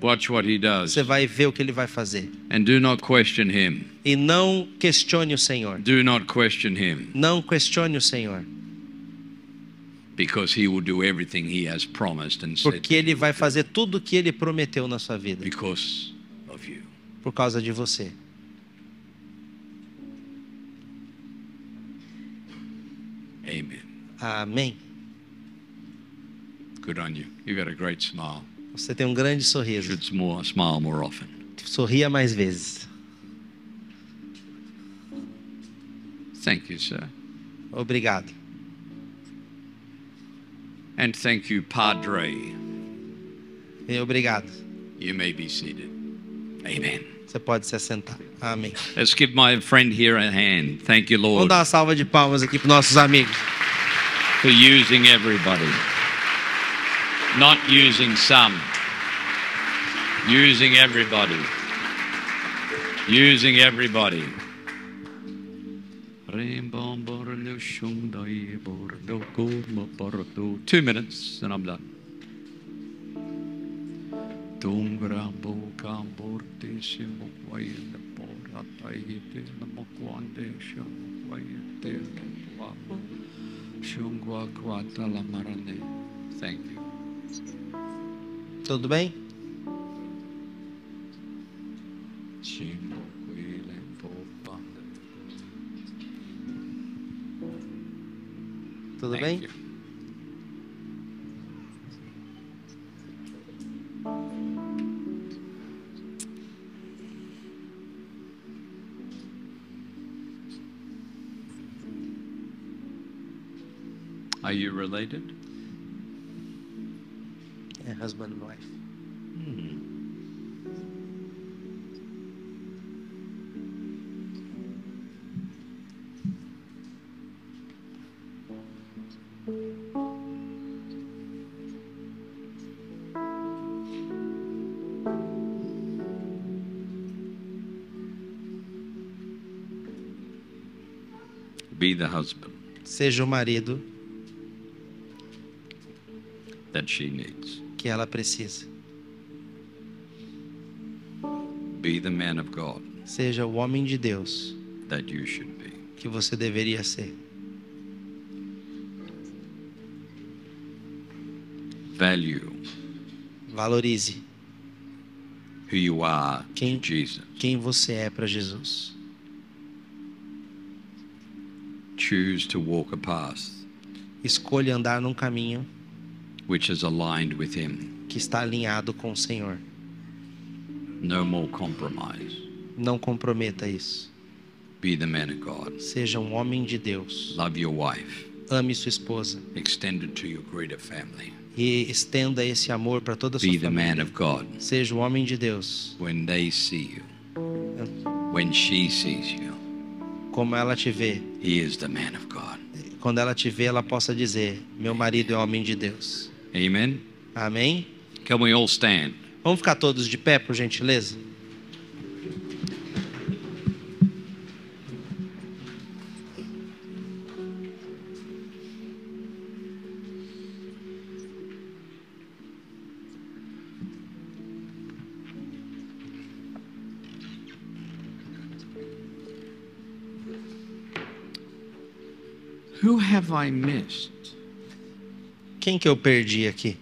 Watch what he does
você vai ver o que ele vai fazer.
and do not question him.
E não questione o Senhor.
Do not question him,
Não questione o Senhor,
because he will do everything he has promised and said
porque ele vai fazer tudo o que ele prometeu na sua vida
because of you.
por causa de você.
Amen.
Amém.
Good on you. You got a great smile.
Você tem um grande
You
sorriso.
should smile, smile more often.
Sorria mais vezes.
Thank you, sir.
Obrigado.
And thank you, Padre.
E obrigado.
You may be seated. Amen.
Você pode se assentar. Amém.
Let's give my friend here a hand. Thank you,
Vamos
Lord,
dar uma salva de palmas aqui para nossos amigos.
for using everybody, not using some, using everybody, using everybody. Two minutes and I'm done. Tungra boca mortíssimo quaida por ataíte namo quande chamo quaite quapo chungua quata la marane. Thank you.
Tudo bem?
Chimo quile popa.
Tudo
Thank
bem?
you. Are you related?
É, husband and wife.
Be the husband
Seja o marido
that she needs.
que ela precisa.
Be the man of God
Seja o homem de Deus
that you should be.
que você deveria ser.
Value
Valorize
who you are to
Quem-
Jesus.
quem você é para Jesus.
Choose to walk a path
Escolha andar num caminho
which is aligned with Him.
que está alinhado com o Senhor.
No more compromise.
Não comprometa isso.
Be the man of God.
Seja um homem de Deus.
Love your wife.
Ame sua esposa
Extend it to your greater family.
e estenda esse amor para toda a sua
Be the man
família.
of God.
Seja o homem de Deus,
When they see you, when she sees you,
como ela te vê.
he is the man of God.
Quando ela te vê, ela possa dizer: Meu marido é homem de Deus.
Amen.
Amém?
Can we all stand?
Vamos ficar todos de pé, por gentileza?
Who have I missed?
Quem que eu perdi aqui?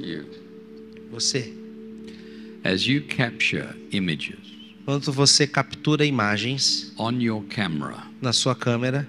You.
Você.
As you capture images
Quando você captura imagens
on your camera,
na sua câmera,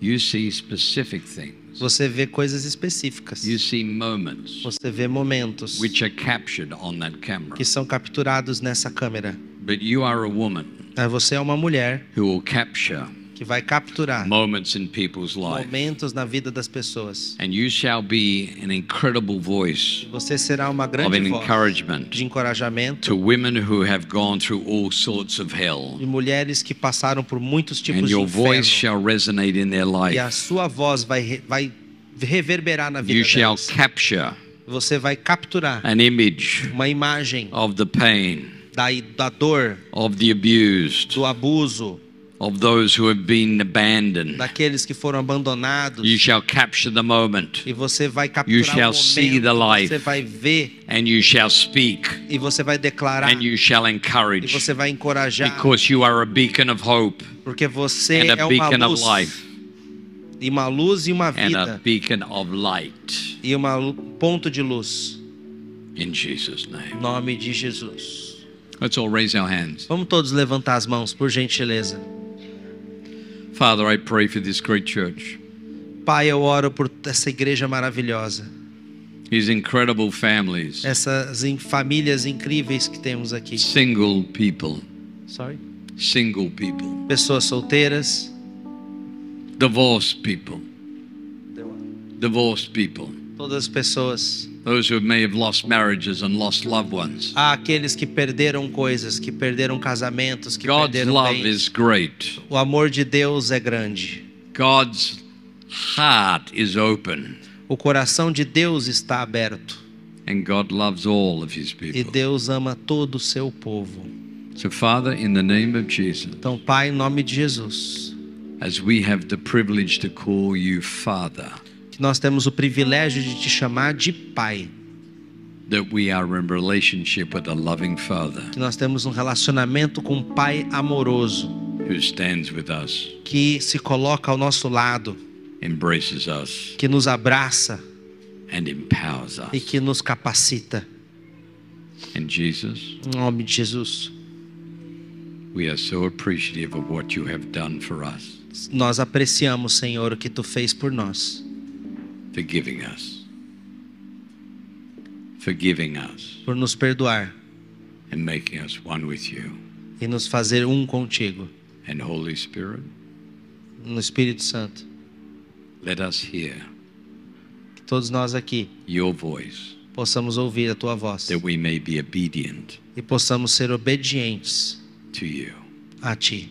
you see specific things.
você vê coisas específicas.
You see moments
Você vê momentos
which are captured on that camera.
que são capturados nessa câmera.
But you are a woman
Aí Você é uma mulher
who will capture
que vai capturar
moments in people's life.
momentos na vida das pessoas.
And you shall be an incredible voice
Você será uma
of
grande voz
encouragement
de encorajamento
to women who have gone through all sorts of hell.
de mulheres que passaram por muitos
And
tipos de
your voice
inferno.
shall resonate in their
E a
life.
sua voz vai, re- vai reverberar na
You
vida
shall
delas.
capture
Você vai capturar
an image
uma imagem
of the pain,
da, da dor,
of the abused,
do abuso,
of those who have been abandoned.
daqueles que foram abandonados.
You shall capture the moment
E você vai
You
capturar o
shall
momento,
see the life.
você vai ver
and you shall speak
e você vai declarar
and you shall
e
encourage
você vai encorajar,
because you are a beacon of hope
porque você
and
é
a
uma
beacon of
luz,
life
e uma luz e uma
and a
vida
beacon of light
e uma lu- ponto de luz.
in Jesus'
Em
name.
nome de Jesus.
Let's all raise our hands.
Vamos todos levantar as mãos, por gentileza.
Father, I pray for this great church,
Pai, eu oro por essa igreja maravilhosa,
these incredible families,
essas in- famílias incríveis que temos aqui.
single people,
Sorry.
single people,
Pessoas solteiras,
divorced people, divorced people,
todas as pessoas.
those who may have lost marriages and lost loved ones.
Há aqueles que perderam coisas, que perderam casamentos, que
God's
perderam
love
bens.
is great.
O amor de Deus é grande.
God's heart is open,
O coração de Deus está aberto
and God loves all of his
e
people.
Deus ama todo o seu povo.
So, Father, in the name of Jesus,
Então, Pai, em nome de Jesus,
as we have the privilege to call you Father,
que nós temos o privilégio de te chamar de Pai,
that we are in relationship with a loving Father
que nós temos um relacionamento com um Pai amoroso
who stands with us,
que se coloca ao nosso lado,
embraces us,
que nos abraça
and empowers us.
e que nos capacita.
And Jesus,
Em nome de Jesus.
we are so appreciative of what you have done for us,
Nós apreciamos, Senhor, o que tu fez por nós.
forgiving us, forgiving us,
Por nos perdoar
and making us one with you.
e nos fazer um contigo.
And Holy Spirit,
No Espírito Santo.
let us hear
Que todos nós aqui
your voice
possamos ouvir a tua voz.
that we may be obedient
E possamos ser obedientes
to you
a ti.